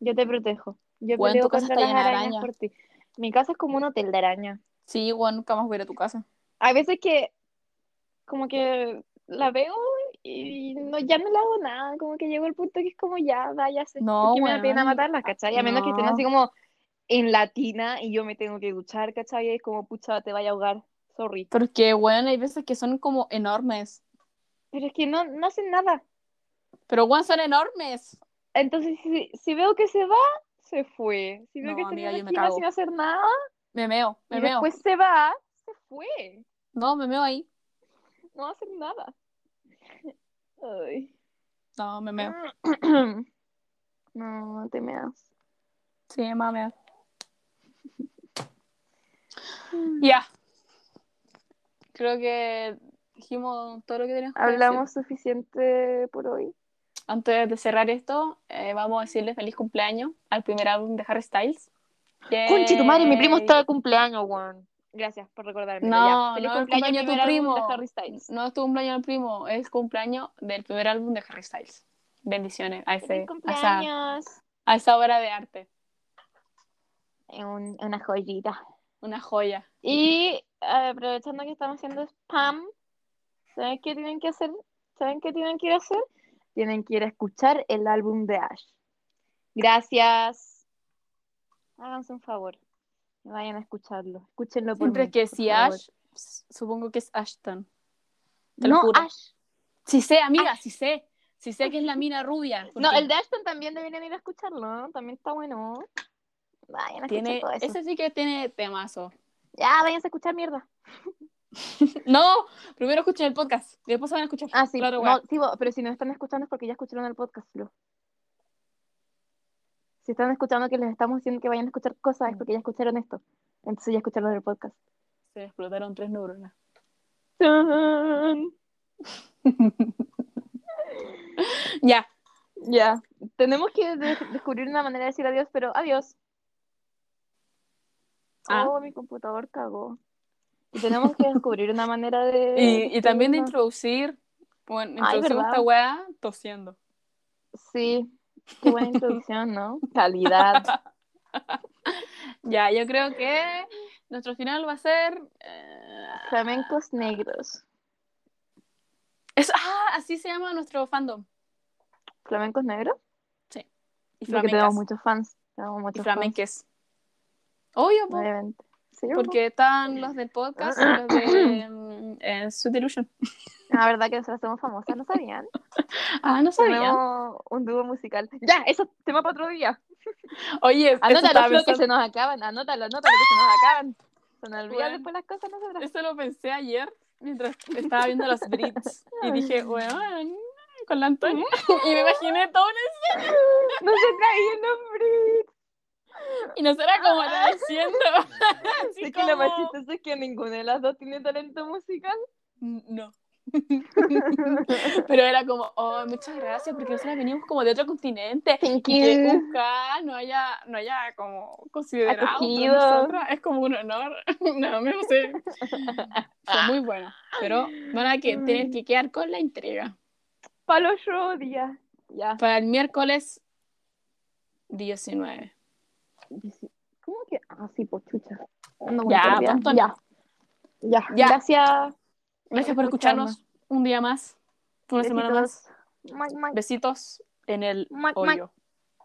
Speaker 2: Yo te protejo. Yo
Speaker 1: Weón,
Speaker 2: peleo
Speaker 1: tu casa
Speaker 2: contra
Speaker 1: está
Speaker 2: las
Speaker 1: llena de
Speaker 2: arañas
Speaker 1: arañas.
Speaker 2: por ti. Mi casa es como un hotel de araña.
Speaker 1: Sí, weón, nunca más voy a ir a tu casa.
Speaker 2: Hay veces que como que la veo y no, ya no le hago nada, como que llegó el punto que es como ya, váyase.
Speaker 1: No,
Speaker 2: porque me da pena
Speaker 1: weón.
Speaker 2: matarlas, ¿cachai? A menos que estén
Speaker 1: No.
Speaker 2: así como en la tina y yo me tengo que duchar, ¿cachai? Y es como, pucha, te vaya a ahogar, sorry.
Speaker 1: Porque, weón, hay veces que son como enormes.
Speaker 2: Pero es que no, no hacen nada.
Speaker 1: Pero, weón, son enormes.
Speaker 2: Entonces, si, si veo que se va, se fue. Si veo
Speaker 1: No,
Speaker 2: que está
Speaker 1: amiga,
Speaker 2: en
Speaker 1: yo
Speaker 2: una
Speaker 1: me
Speaker 2: esquina
Speaker 1: cago.
Speaker 2: sin hacer nada,
Speaker 1: Me meo, me
Speaker 2: y
Speaker 1: meo.
Speaker 2: después se va, se fue.
Speaker 1: No, me meo ahí.
Speaker 2: No va a hacer nada. Ay.
Speaker 1: No, me meo.
Speaker 2: No, no te meas.
Speaker 1: Sí, me va a mear.
Speaker 2: Mm.
Speaker 1: Ya. Creo que dijimos todo lo que teníamos que
Speaker 2: Hablamos suficiente por hoy.
Speaker 1: decir. Antes de cerrar esto, eh, vamos a decirle feliz cumpleaños al primer álbum de Harry Styles.
Speaker 2: Conche tu madre, mi primo
Speaker 1: Yay.
Speaker 2: está de cumpleaños, weón. Gracias por recordarme.
Speaker 1: No,
Speaker 2: Feliz
Speaker 1: no, el
Speaker 2: cumpleaños,
Speaker 1: cumpleaños de tu
Speaker 2: primer álbum
Speaker 1: primo.
Speaker 2: De Harry Styles.
Speaker 1: No es tu cumpleaños del primo, es cumpleaños del primer álbum de Harry Styles. Bendiciones a, ese,
Speaker 2: Feliz
Speaker 1: a, esa,
Speaker 2: cumpleaños.
Speaker 1: a esa obra de arte.
Speaker 2: Es un- una joyita.
Speaker 1: Una joya.
Speaker 2: Y eh, aprovechando que estamos haciendo spam, ¿saben qué tienen que hacer? ¿Saben qué tienen que ir a hacer? Tienen que ir a escuchar el álbum de Ash. Gracias. Háganse un favor. Vayan a escucharlo. Escúchenlo por
Speaker 1: Siempre
Speaker 2: mí,
Speaker 1: que
Speaker 2: por
Speaker 1: si
Speaker 2: favor.
Speaker 1: Ash, supongo que es Ashton. te lo
Speaker 2: No,
Speaker 1: juro.
Speaker 2: Ash.
Speaker 1: Sí sé, amiga, sí sé. Sí sé que es la mina rubia.
Speaker 2: No,
Speaker 1: porque
Speaker 2: el de Ashton también deberían ir a escucharlo. ¿no? También está bueno. Vayan a escuchar
Speaker 1: tiene,
Speaker 2: todo eso.
Speaker 1: Ese sí que tiene temazo.
Speaker 2: Ya, váyanse a escuchar mierda.
Speaker 1: No, primero escuchen el podcast y después se van a escuchar.
Speaker 2: Ah, sí,
Speaker 1: Claro,
Speaker 2: no,
Speaker 1: weón.
Speaker 2: sí, bo- pero si nos están escuchando es porque ya escucharon el podcast, Flo. Si están escuchando que les estamos diciendo que vayan a escuchar cosas es porque ya escucharon esto. Entonces ya escucharon el podcast.
Speaker 1: Se me explotaron tres neuronas.
Speaker 2: ¡Tan!
Speaker 1: ya,
Speaker 2: Ya, tenemos que de- descubrir una manera de decir adiós, pero adiós.
Speaker 1: Ah.
Speaker 2: Oh, mi computador cagó. Y tenemos que descubrir una manera de...
Speaker 1: y, y también de
Speaker 2: decirnos-
Speaker 1: introducir, bueno,
Speaker 2: Eh, Ay,
Speaker 1: introducimos
Speaker 2: ¿verdad?
Speaker 1: esta weá tosiendo.
Speaker 2: Sí, qué buena introducción, ¿no? Calidad.
Speaker 1: Ya, yo creo que nuestro final va a ser. eh,
Speaker 2: Flamencos negros.
Speaker 1: es- ah, así se llama nuestro fandom.
Speaker 2: ¿Flamencos negros?
Speaker 1: Y
Speaker 2: Porque tenemos
Speaker 1: flamencas.
Speaker 2: muchos fans. Tenemos
Speaker 1: Y
Speaker 2: muchos
Speaker 1: flamenques. Obvio,
Speaker 2: fans.
Speaker 1: po,
Speaker 2: obviamente. Sí, porque...
Speaker 1: porque están los del podcast y los de mm, eh, Sweet Delusion.
Speaker 2: La Ah, verdad que nosotras somos famosas, ¿no sabían?
Speaker 1: Ah, no sabía.
Speaker 2: Tenemos un dúo musical. Ya, eso es tema para otro día. Ah,
Speaker 1: Oye, esto
Speaker 2: Anótalo,
Speaker 1: estaba
Speaker 2: Flo, que
Speaker 1: pensando-
Speaker 2: se nos acaban. Anótalo, anótalo, que se nos acaban. Se nos olvidan
Speaker 1: Bueno.
Speaker 2: después las cosas, ¿no sabrás?
Speaker 1: Eso lo pensé ayer mientras estaba viendo los Brits y dije, weón, con la Antonia. Y me imaginé todo en
Speaker 2: No se traía el nombre.
Speaker 1: eso y nos era como era diciendo. así
Speaker 2: Es que lo más
Speaker 1: como,
Speaker 2: chistoso es que ninguna de las dos tiene talento musical.
Speaker 1: No. Pero era como, oh, muchas gracias, porque nosotros venimos como de otro continente.
Speaker 2: Thank
Speaker 1: Y que UCA no haya, no haya como considerado por
Speaker 2: Acogido.
Speaker 1: nosotras, es como un honor. No, me sé. Fue
Speaker 2: Ah.
Speaker 1: muy bueno. Pero van a que, tener que quedar con la intriga.
Speaker 2: Palo yo, día. Ya.
Speaker 1: Para el miércoles 19.
Speaker 2: Dice, ¿Cómo que? Ah, sí, pues chucha. Ando con
Speaker 1: Ya,
Speaker 2: pérdida.
Speaker 1: tonto.
Speaker 2: ya. ya.
Speaker 1: Ya.
Speaker 2: Gracias.
Speaker 1: Gracias por escucharnos un día más, una semana más.
Speaker 2: Mac, mac,
Speaker 1: Besitos en el
Speaker 2: Mac, mac.
Speaker 1: hoyo.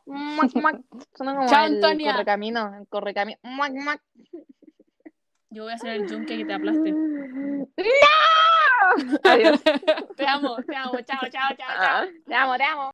Speaker 2: mac, mac. Suena como
Speaker 1: Chao,
Speaker 2: el
Speaker 1: Antonia.
Speaker 2: correcamino, el correcamino. Mac, mac.
Speaker 1: Yo voy a hacer el yunque que te aplaste.
Speaker 2: ¡No! Adiós.
Speaker 1: te amo, te amo. Chao, chao, chao, chao.
Speaker 2: Ah, Te amo, te amo.